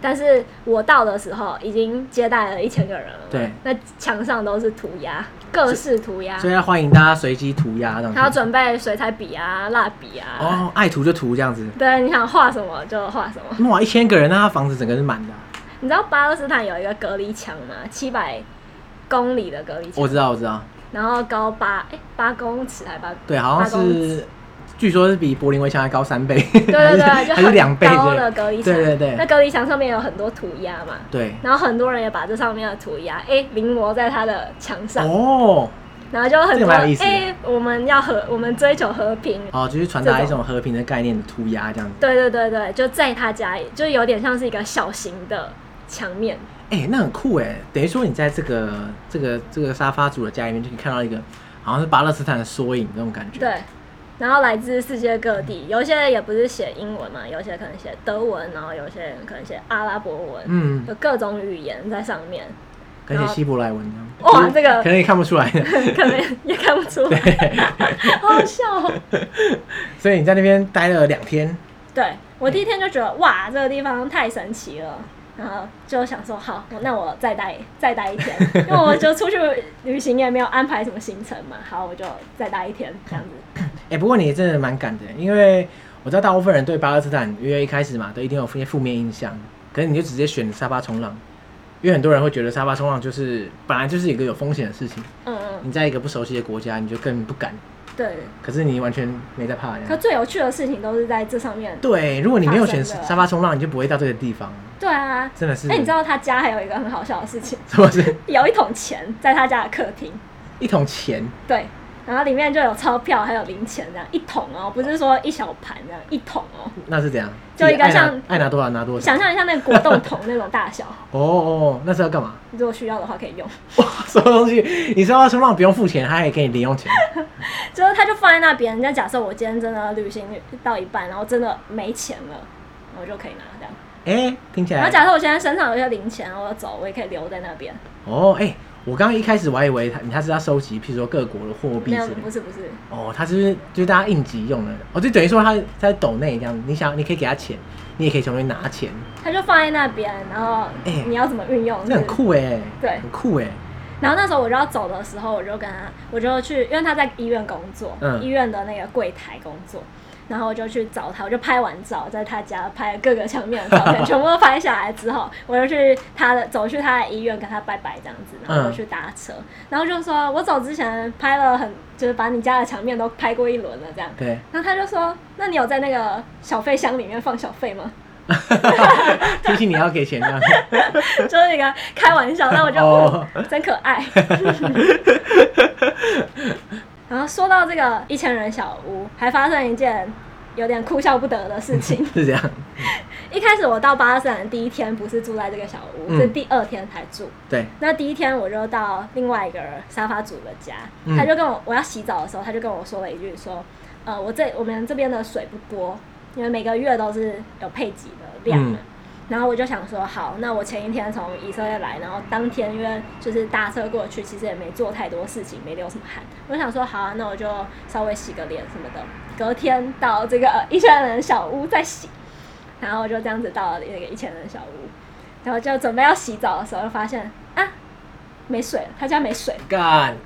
[SPEAKER 2] 但是我到的时候已经接待了一千个人了，
[SPEAKER 1] 对，
[SPEAKER 2] 那墙上都是涂鸦，各式涂鸦，
[SPEAKER 1] 所以要欢迎大家随机涂鸦这样子。
[SPEAKER 2] 还要准备水彩笔啊、蜡笔啊，
[SPEAKER 1] 哦，爱涂就涂这样子。
[SPEAKER 2] 对，你想画什么就画什么。
[SPEAKER 1] 哇，一千个人，那他房子整个是满的啊、
[SPEAKER 2] 你知道巴勒斯坦有一个隔离墙吗？七百公里的隔离墙
[SPEAKER 1] 我，知道，我知道，
[SPEAKER 2] 然后高八哎八公尺还八
[SPEAKER 1] 对，好像
[SPEAKER 2] 八公尺
[SPEAKER 1] 是，据说是比柏林围墙还高三倍，
[SPEAKER 2] 对对
[SPEAKER 1] 还
[SPEAKER 2] 对，
[SPEAKER 1] 是
[SPEAKER 2] 就
[SPEAKER 1] 还是
[SPEAKER 2] 很
[SPEAKER 1] 两倍
[SPEAKER 2] 高
[SPEAKER 1] 之
[SPEAKER 2] 的
[SPEAKER 1] 类。
[SPEAKER 2] 隔离墙，
[SPEAKER 1] 对对对
[SPEAKER 2] 那隔离墙上面有很多涂鸦嘛，
[SPEAKER 1] 对，
[SPEAKER 2] 然后很多人也把这上面的涂鸦哎临摹在他的墙上，
[SPEAKER 1] 哦，
[SPEAKER 2] 然后就很
[SPEAKER 1] 这个
[SPEAKER 2] 多
[SPEAKER 1] 蛮有意思的
[SPEAKER 2] 哎我们要和我们追求和平。
[SPEAKER 1] 哦，就是传达一种和平的概念的涂鸦这样子。
[SPEAKER 2] 对对对对，就在他家里，就有点像是一个小型的墙面，
[SPEAKER 1] 哎、那很酷哎，等于说你在这个这个这个沙发主的家里面，就可以看到一个好像是巴勒斯坦的缩影那种感觉。，
[SPEAKER 2] 对，然后来自世界各地，有些也不是写英文嘛，有些可能写德文，然后有些人可能写阿拉伯文，
[SPEAKER 1] 嗯，
[SPEAKER 2] 有各种语言在上面。
[SPEAKER 1] 跟一些希伯来文这样。
[SPEAKER 2] 哇
[SPEAKER 1] 就是
[SPEAKER 2] 这个
[SPEAKER 1] 可能也看不出来的。
[SPEAKER 2] 可能也看不出来，好好笑哦、
[SPEAKER 1] 所以你在那边待了两天，
[SPEAKER 2] 对我第一天就觉得哇，这个地方太神奇了，然后就想说好，那我再待再待一 天，因为我就出去旅行也没有安排什么行程嘛，好，我就再待一天这样子。
[SPEAKER 1] 哎、不过你真的蛮敢的，因为我知道大部分人对巴勒斯坦，因为一开始嘛，都一定有一些负面印象，可是你就直接选沙发冲浪，因为很多人会觉得沙发冲浪就是本来就是一个有风险的事情，
[SPEAKER 2] 嗯嗯，
[SPEAKER 1] 你在一个不熟悉的国家，你就更不敢。
[SPEAKER 2] 对。
[SPEAKER 1] 可是你完全没在怕
[SPEAKER 2] 可
[SPEAKER 1] 呀。
[SPEAKER 2] 最有趣的事情都是在这上面。
[SPEAKER 1] 对，如果你没有选
[SPEAKER 2] 发生的
[SPEAKER 1] 沙发冲浪，你就不会到这个地方，
[SPEAKER 2] 对啊，
[SPEAKER 1] 真的是。
[SPEAKER 2] 哎、你知道他家还有一个很好笑的事情，
[SPEAKER 1] 是不是
[SPEAKER 2] 有一桶钱在他家的客厅，
[SPEAKER 1] 一桶钱？
[SPEAKER 2] 对，然后里面就有钞票还有零钱这样一桶哦，不是说一小盘这样一桶哦，
[SPEAKER 1] 那是怎样？
[SPEAKER 2] 就一个
[SPEAKER 1] 爱拿
[SPEAKER 2] 像
[SPEAKER 1] 爱拿多少拿多少。
[SPEAKER 2] 想象一下那个果冻桶那种大小，
[SPEAKER 1] 哦哦，那是要干嘛？
[SPEAKER 2] 如果需要的话可以用。
[SPEAKER 1] 哇，什么东西？你沙发冲浪不用付钱，他还给你零用钱。
[SPEAKER 2] 就是他就放在那边。人家假设我今天真的旅行到一半，然后真的没钱了，我就可以拿这样。
[SPEAKER 1] 哎、听起来。
[SPEAKER 2] 然后假设我现在身上有一些零钱，我走，我也可以留在那边。
[SPEAKER 1] 哦，哎、我刚刚一开始我还以为他他是要收集，譬如说各国的货币
[SPEAKER 2] 没有，
[SPEAKER 1] 之类
[SPEAKER 2] 不
[SPEAKER 1] 的。
[SPEAKER 2] 是不是，
[SPEAKER 1] 哦，他是不是就是大家应急用的？哦，就等于说他在抖内这样，你想你可以给他钱，你也可以从那边拿钱，
[SPEAKER 2] 他就放在那边，然后
[SPEAKER 1] 哎
[SPEAKER 2] 你要怎么运用？
[SPEAKER 1] 这很
[SPEAKER 2] 就是
[SPEAKER 1] 酷哎，
[SPEAKER 2] 哦对
[SPEAKER 1] 很酷哎，
[SPEAKER 2] 然后那时候我就要走的时候，我就跟他，我就去，因为他在医院工作，
[SPEAKER 1] 嗯
[SPEAKER 2] 医院的那个柜台工作，然后我就去找他，我就拍完照，在他家拍各个墙面的照片，全部都拍下来之后，我就去他的走去他的医院跟他拜拜这样子，然后我就去搭车，然后就说我走之前拍了很，就是把你家的墙面都拍过一轮了这样。
[SPEAKER 1] 对，
[SPEAKER 2] 然后他就说：“那你有在那个小费箱里面放小费吗？”
[SPEAKER 1] 提醒你要给钱这样。
[SPEAKER 2] 就是一个开玩笑，但我就、
[SPEAKER 1] 哦。
[SPEAKER 2] 嗯真可爱。 然后说到这个一千人小屋，还发生一件有点哭笑不得的事情
[SPEAKER 1] 是这样，
[SPEAKER 2] 一开始我到巴勒斯坦的第一天不是住在这个小屋，
[SPEAKER 1] 嗯
[SPEAKER 2] 是第二天才住。
[SPEAKER 1] 对，
[SPEAKER 2] 那第一天我就到另外一个沙发主的家，
[SPEAKER 1] 嗯
[SPEAKER 2] 他就跟我我要洗澡的时候，他就跟我说了一句说，呃，我这我们这边的水不多，因为每个月都是有配给的量
[SPEAKER 1] 嗯
[SPEAKER 2] 嘛。然后我就想说，好，那我前一天从以色列来，然后当天因为就是搭车过去，其实也没做太多事情，没流什么汗。我想说，好、啊，那我就稍微洗个脸什么的。隔天到这个呃一千人小屋再洗，然后我就这样子到了那个一千人小屋，然后就准备要洗澡的时候，就发现啊，没水了，他家没水。
[SPEAKER 1] 干，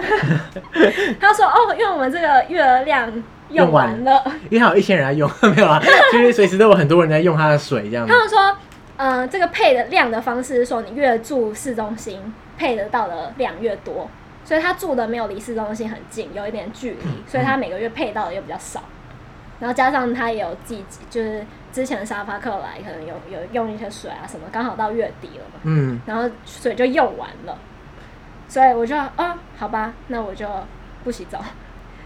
[SPEAKER 2] 他说哦，因为我们这个月亮用完了。
[SPEAKER 1] 因为还有一些人在用，没有啦，啊 就是随时都有很多人在用他的水这样子
[SPEAKER 2] 他。们说，嗯、这个配的量的方式是说，你越住市中心，配得到的量越多。所以他住的没有离市中心很近，有一点距离，所以他每个月配到的又比较少。然后加上他也有季节，就是之前沙发客来可能有有用一些水啊什么，刚好到月底了嘛。
[SPEAKER 1] 嗯，
[SPEAKER 2] 然后水就用完了，所以我就哦，好吧，那我就不洗澡。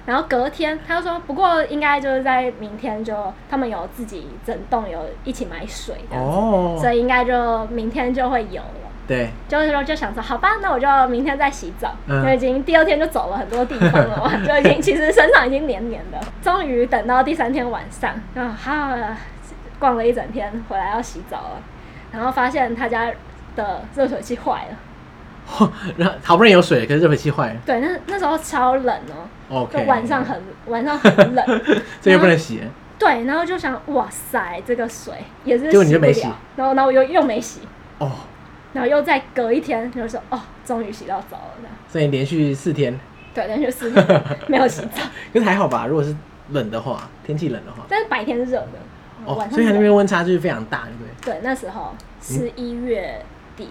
[SPEAKER 2] 然后隔天他就说，不过应该就是在明天就他们有自己整栋有一起买水这样子，
[SPEAKER 1] 哦，
[SPEAKER 2] 所以应该就明天就会有了。
[SPEAKER 1] 对，
[SPEAKER 2] 就是说就想说，好吧，那我就明天再洗澡，
[SPEAKER 1] 嗯
[SPEAKER 2] 就已经第二天就走了很多地方 了嘛，就已经其实身上已经黏黏的。终于等到第三天晚上，然后哈、逛了一整天，回来要洗澡了，然后发现他家的热水器坏了。
[SPEAKER 1] 然后好不容易有水，可是热水器坏了
[SPEAKER 2] 对，那那时候超冷哦、就
[SPEAKER 1] ，OK，嗯
[SPEAKER 2] 晚上很晚上很冷，
[SPEAKER 1] 这又不能洗，
[SPEAKER 2] 对，然后就想哇塞，这个水也是
[SPEAKER 1] 结果你就没
[SPEAKER 2] 不
[SPEAKER 1] 洗
[SPEAKER 2] 了然后然后我又又没洗，
[SPEAKER 1] 哦，
[SPEAKER 2] 然后又再隔一天，就说哦，终于洗到澡了这样。
[SPEAKER 1] 所以连续四天。
[SPEAKER 2] 对，连续四天没有洗 澡，
[SPEAKER 1] 可是还好吧，如果是冷的话，天气冷的话，
[SPEAKER 2] 但是白天是热的，
[SPEAKER 1] 哦
[SPEAKER 2] 嗯晚，上
[SPEAKER 1] 所以它那
[SPEAKER 2] 冷
[SPEAKER 1] 边温差就是非常大，对不对？
[SPEAKER 2] 对那时候
[SPEAKER 1] 嗯
[SPEAKER 2] 十一月底，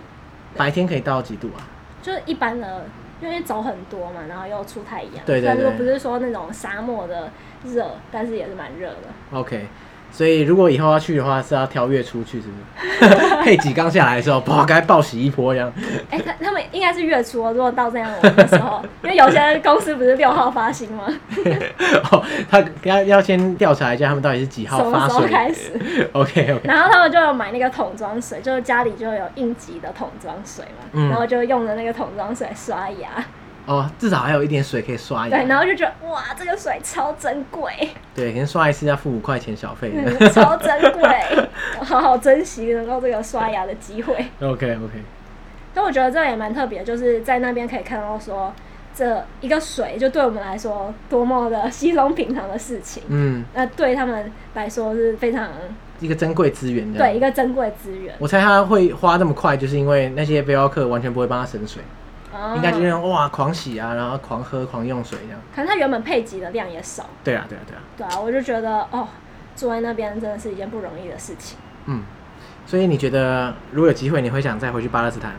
[SPEAKER 1] 白天可以到几度啊？
[SPEAKER 2] 就是一般的，因为走很多嘛，然后又出太阳，
[SPEAKER 1] 对对
[SPEAKER 2] 但是又
[SPEAKER 1] 对
[SPEAKER 2] 不是说那种沙漠的热，但是也是蛮热的。
[SPEAKER 1] OK，所以如果以后要去的话，是要挑月初去，是不是？ 配几刚下来的时候，哇，该暴洗一波这样。
[SPEAKER 2] 哎、他他们应该是月初哦，如果到这样的 时候，因为有些公司不是六号发薪吗？
[SPEAKER 1] 哦，他要要先调查一下他们到底是几
[SPEAKER 2] 什
[SPEAKER 1] 号
[SPEAKER 2] 么
[SPEAKER 1] 发
[SPEAKER 2] 时候开
[SPEAKER 1] 水。
[SPEAKER 2] 始？
[SPEAKER 1] OK OK，
[SPEAKER 2] 然后他们就有买那个桶装水，就是家里就有应急的桶装水嘛，
[SPEAKER 1] 嗯
[SPEAKER 2] 然后就用着那个桶装水刷牙。
[SPEAKER 1] 哦，至少还有一点水可以刷
[SPEAKER 2] 对，
[SPEAKER 1] 牙。
[SPEAKER 2] 然后就觉得哇，这个水超珍贵，
[SPEAKER 1] 对，可能刷一次要付五块钱小费。
[SPEAKER 2] 嗯 超 珍贵，我好好珍惜能够这个刷牙的机会。
[SPEAKER 1] OK OK，
[SPEAKER 2] 但我觉得这也蛮特别，就是在那边可以看到说这一个水就对我们来说多么的稀松平常的事情，
[SPEAKER 1] 嗯，
[SPEAKER 2] 那、对他们来说是非常
[SPEAKER 1] 一个珍贵资源这样。
[SPEAKER 2] 对一，个珍贵资源。
[SPEAKER 1] 我猜他会花那么快，就是因为那些背包客完全不会帮他省水，
[SPEAKER 2] 哦
[SPEAKER 1] 应该就是那种哇狂洗啊，然后狂喝狂用水这样。
[SPEAKER 2] 可能它原本配给的量也少，
[SPEAKER 1] 对啊，对啊，对啊，
[SPEAKER 2] 对啊，我就觉得哦，住在那边真的是一件不容易的事情，
[SPEAKER 1] 嗯。所以你觉得如果有机会，你会想再回去巴勒斯坦？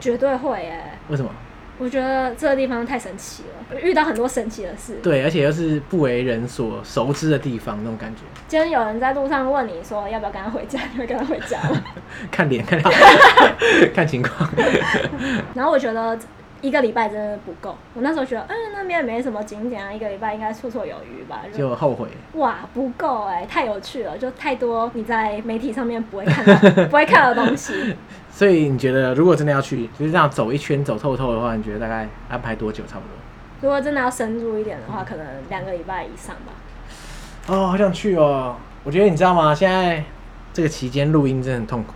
[SPEAKER 2] 绝对会耶、
[SPEAKER 1] 为什么？
[SPEAKER 2] 我觉得这个地方太神奇了，遇到很多神奇的事。
[SPEAKER 1] 对，而且又是不为人所熟知的地方，那种 感觉。
[SPEAKER 2] 今天有人在路上问你说要不要跟他回家，你会跟他回家 吗？
[SPEAKER 1] 看脸， 看看情况。
[SPEAKER 2] 然后我觉得一个礼拜真的不够，我那时候觉得，嗯，那边也没什么景点啊，一个礼拜应该绰绰有余吧。就
[SPEAKER 1] 就后悔。
[SPEAKER 2] 哇，不够哎、太有趣了，就太多你在媒体上面不会看 到、不会看到的东西。
[SPEAKER 1] 所以你觉得，如果真的要去，就是这样走一圈走透透的话，你觉得大概安排多久差不多？
[SPEAKER 2] 如果真的要深入一点的话，可能两个礼拜以上吧。
[SPEAKER 1] 哦，好想去哦！我觉得你知道吗？现在这个期间录音真的很痛苦，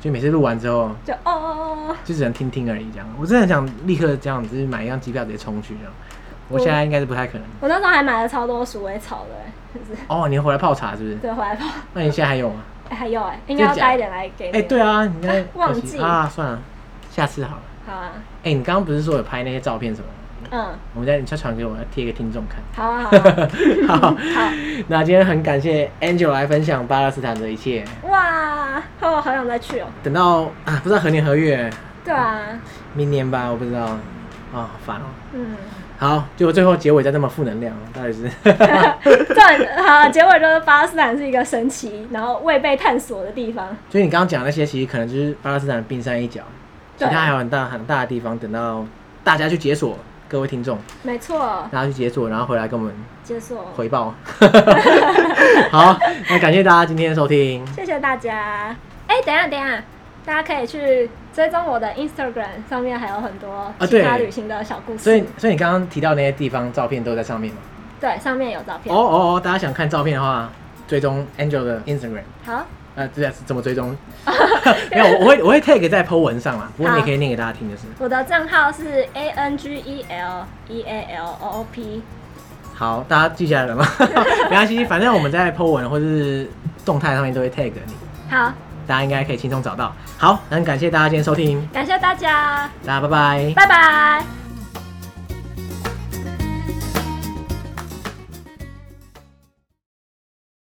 [SPEAKER 1] 就每次录完之后，
[SPEAKER 2] 就哦哦哦，
[SPEAKER 1] 就只能听听而已。这样，我真的很想立刻这样，就是买一张机票直接冲去这样。我现在应该是不太可能。
[SPEAKER 2] 我那时候还买了超多鼠尾草的、欸，就是
[SPEAKER 1] 哦，你回来泡茶是不是？
[SPEAKER 2] 对回来泡、
[SPEAKER 1] 那你现在还有吗？
[SPEAKER 2] 哎还有哎、应该要带一点来给你。
[SPEAKER 1] 哎、对啊，你应该
[SPEAKER 2] 啊忘
[SPEAKER 1] 可惜
[SPEAKER 2] 记
[SPEAKER 1] 啊，算了，下次好了。
[SPEAKER 2] 好啊，
[SPEAKER 1] 哎、你刚刚不是说有拍那些照片什么的？
[SPEAKER 2] 嗯，
[SPEAKER 1] 我们再你再传给我，要贴给听众 看。
[SPEAKER 2] 好啊，好啊
[SPEAKER 1] 好，
[SPEAKER 2] 好，
[SPEAKER 1] 那今天很感谢 Angel 来分享巴勒斯坦的一切。
[SPEAKER 2] 哇，哦，好想再去哦。
[SPEAKER 1] 等到啊，不知道何年何月，
[SPEAKER 2] 对啊，
[SPEAKER 1] 明年吧，我不知道。啊、好烦哦。
[SPEAKER 2] 嗯，
[SPEAKER 1] 好，结果最后结尾再这么负能量，到底是？
[SPEAKER 2] 对，嗯好，结尾就是巴勒斯坦是一个神奇，然后未被探索的地方。
[SPEAKER 1] 所以你刚刚讲那些，其实可能就是巴勒斯坦的冰山一角，其
[SPEAKER 2] 对
[SPEAKER 1] 他还有很大很大的地方，等到大家去解锁，各位听众，
[SPEAKER 2] 没错，
[SPEAKER 1] 大家去解锁，然后回来跟我们
[SPEAKER 2] 解锁。
[SPEAKER 1] 回 报。好，那感谢大家今天的收听。
[SPEAKER 2] 谢谢大家。哎、等一下，等一下，大家可以去追踪我的 Instagram，上面还有很多
[SPEAKER 1] 啊对
[SPEAKER 2] 其他旅行的小故事。
[SPEAKER 1] 所以，所以你刚刚提到那些地方照片都在上面吗？
[SPEAKER 2] 对，啊上面有照片。
[SPEAKER 1] 哦哦哦，大家想看照片的话，追踪 Angel 的 Instagram。
[SPEAKER 2] 好，
[SPEAKER 1] 呃，这是怎么追 踪？ 没有，我会我会 tag 在 po 文上啦。不过你也可以念给大家听，就是
[SPEAKER 2] 我的账号是 A N G E L E A L O O P。
[SPEAKER 1] 好，大家记下来了吗？没关系，反正我们在 po 文或是动态上面都会 tag 你，
[SPEAKER 2] 好，
[SPEAKER 1] 大家应该可以轻松找到。好，很感谢大家今天收听，
[SPEAKER 2] 感谢大家，
[SPEAKER 1] 大家拜拜。
[SPEAKER 2] 拜拜。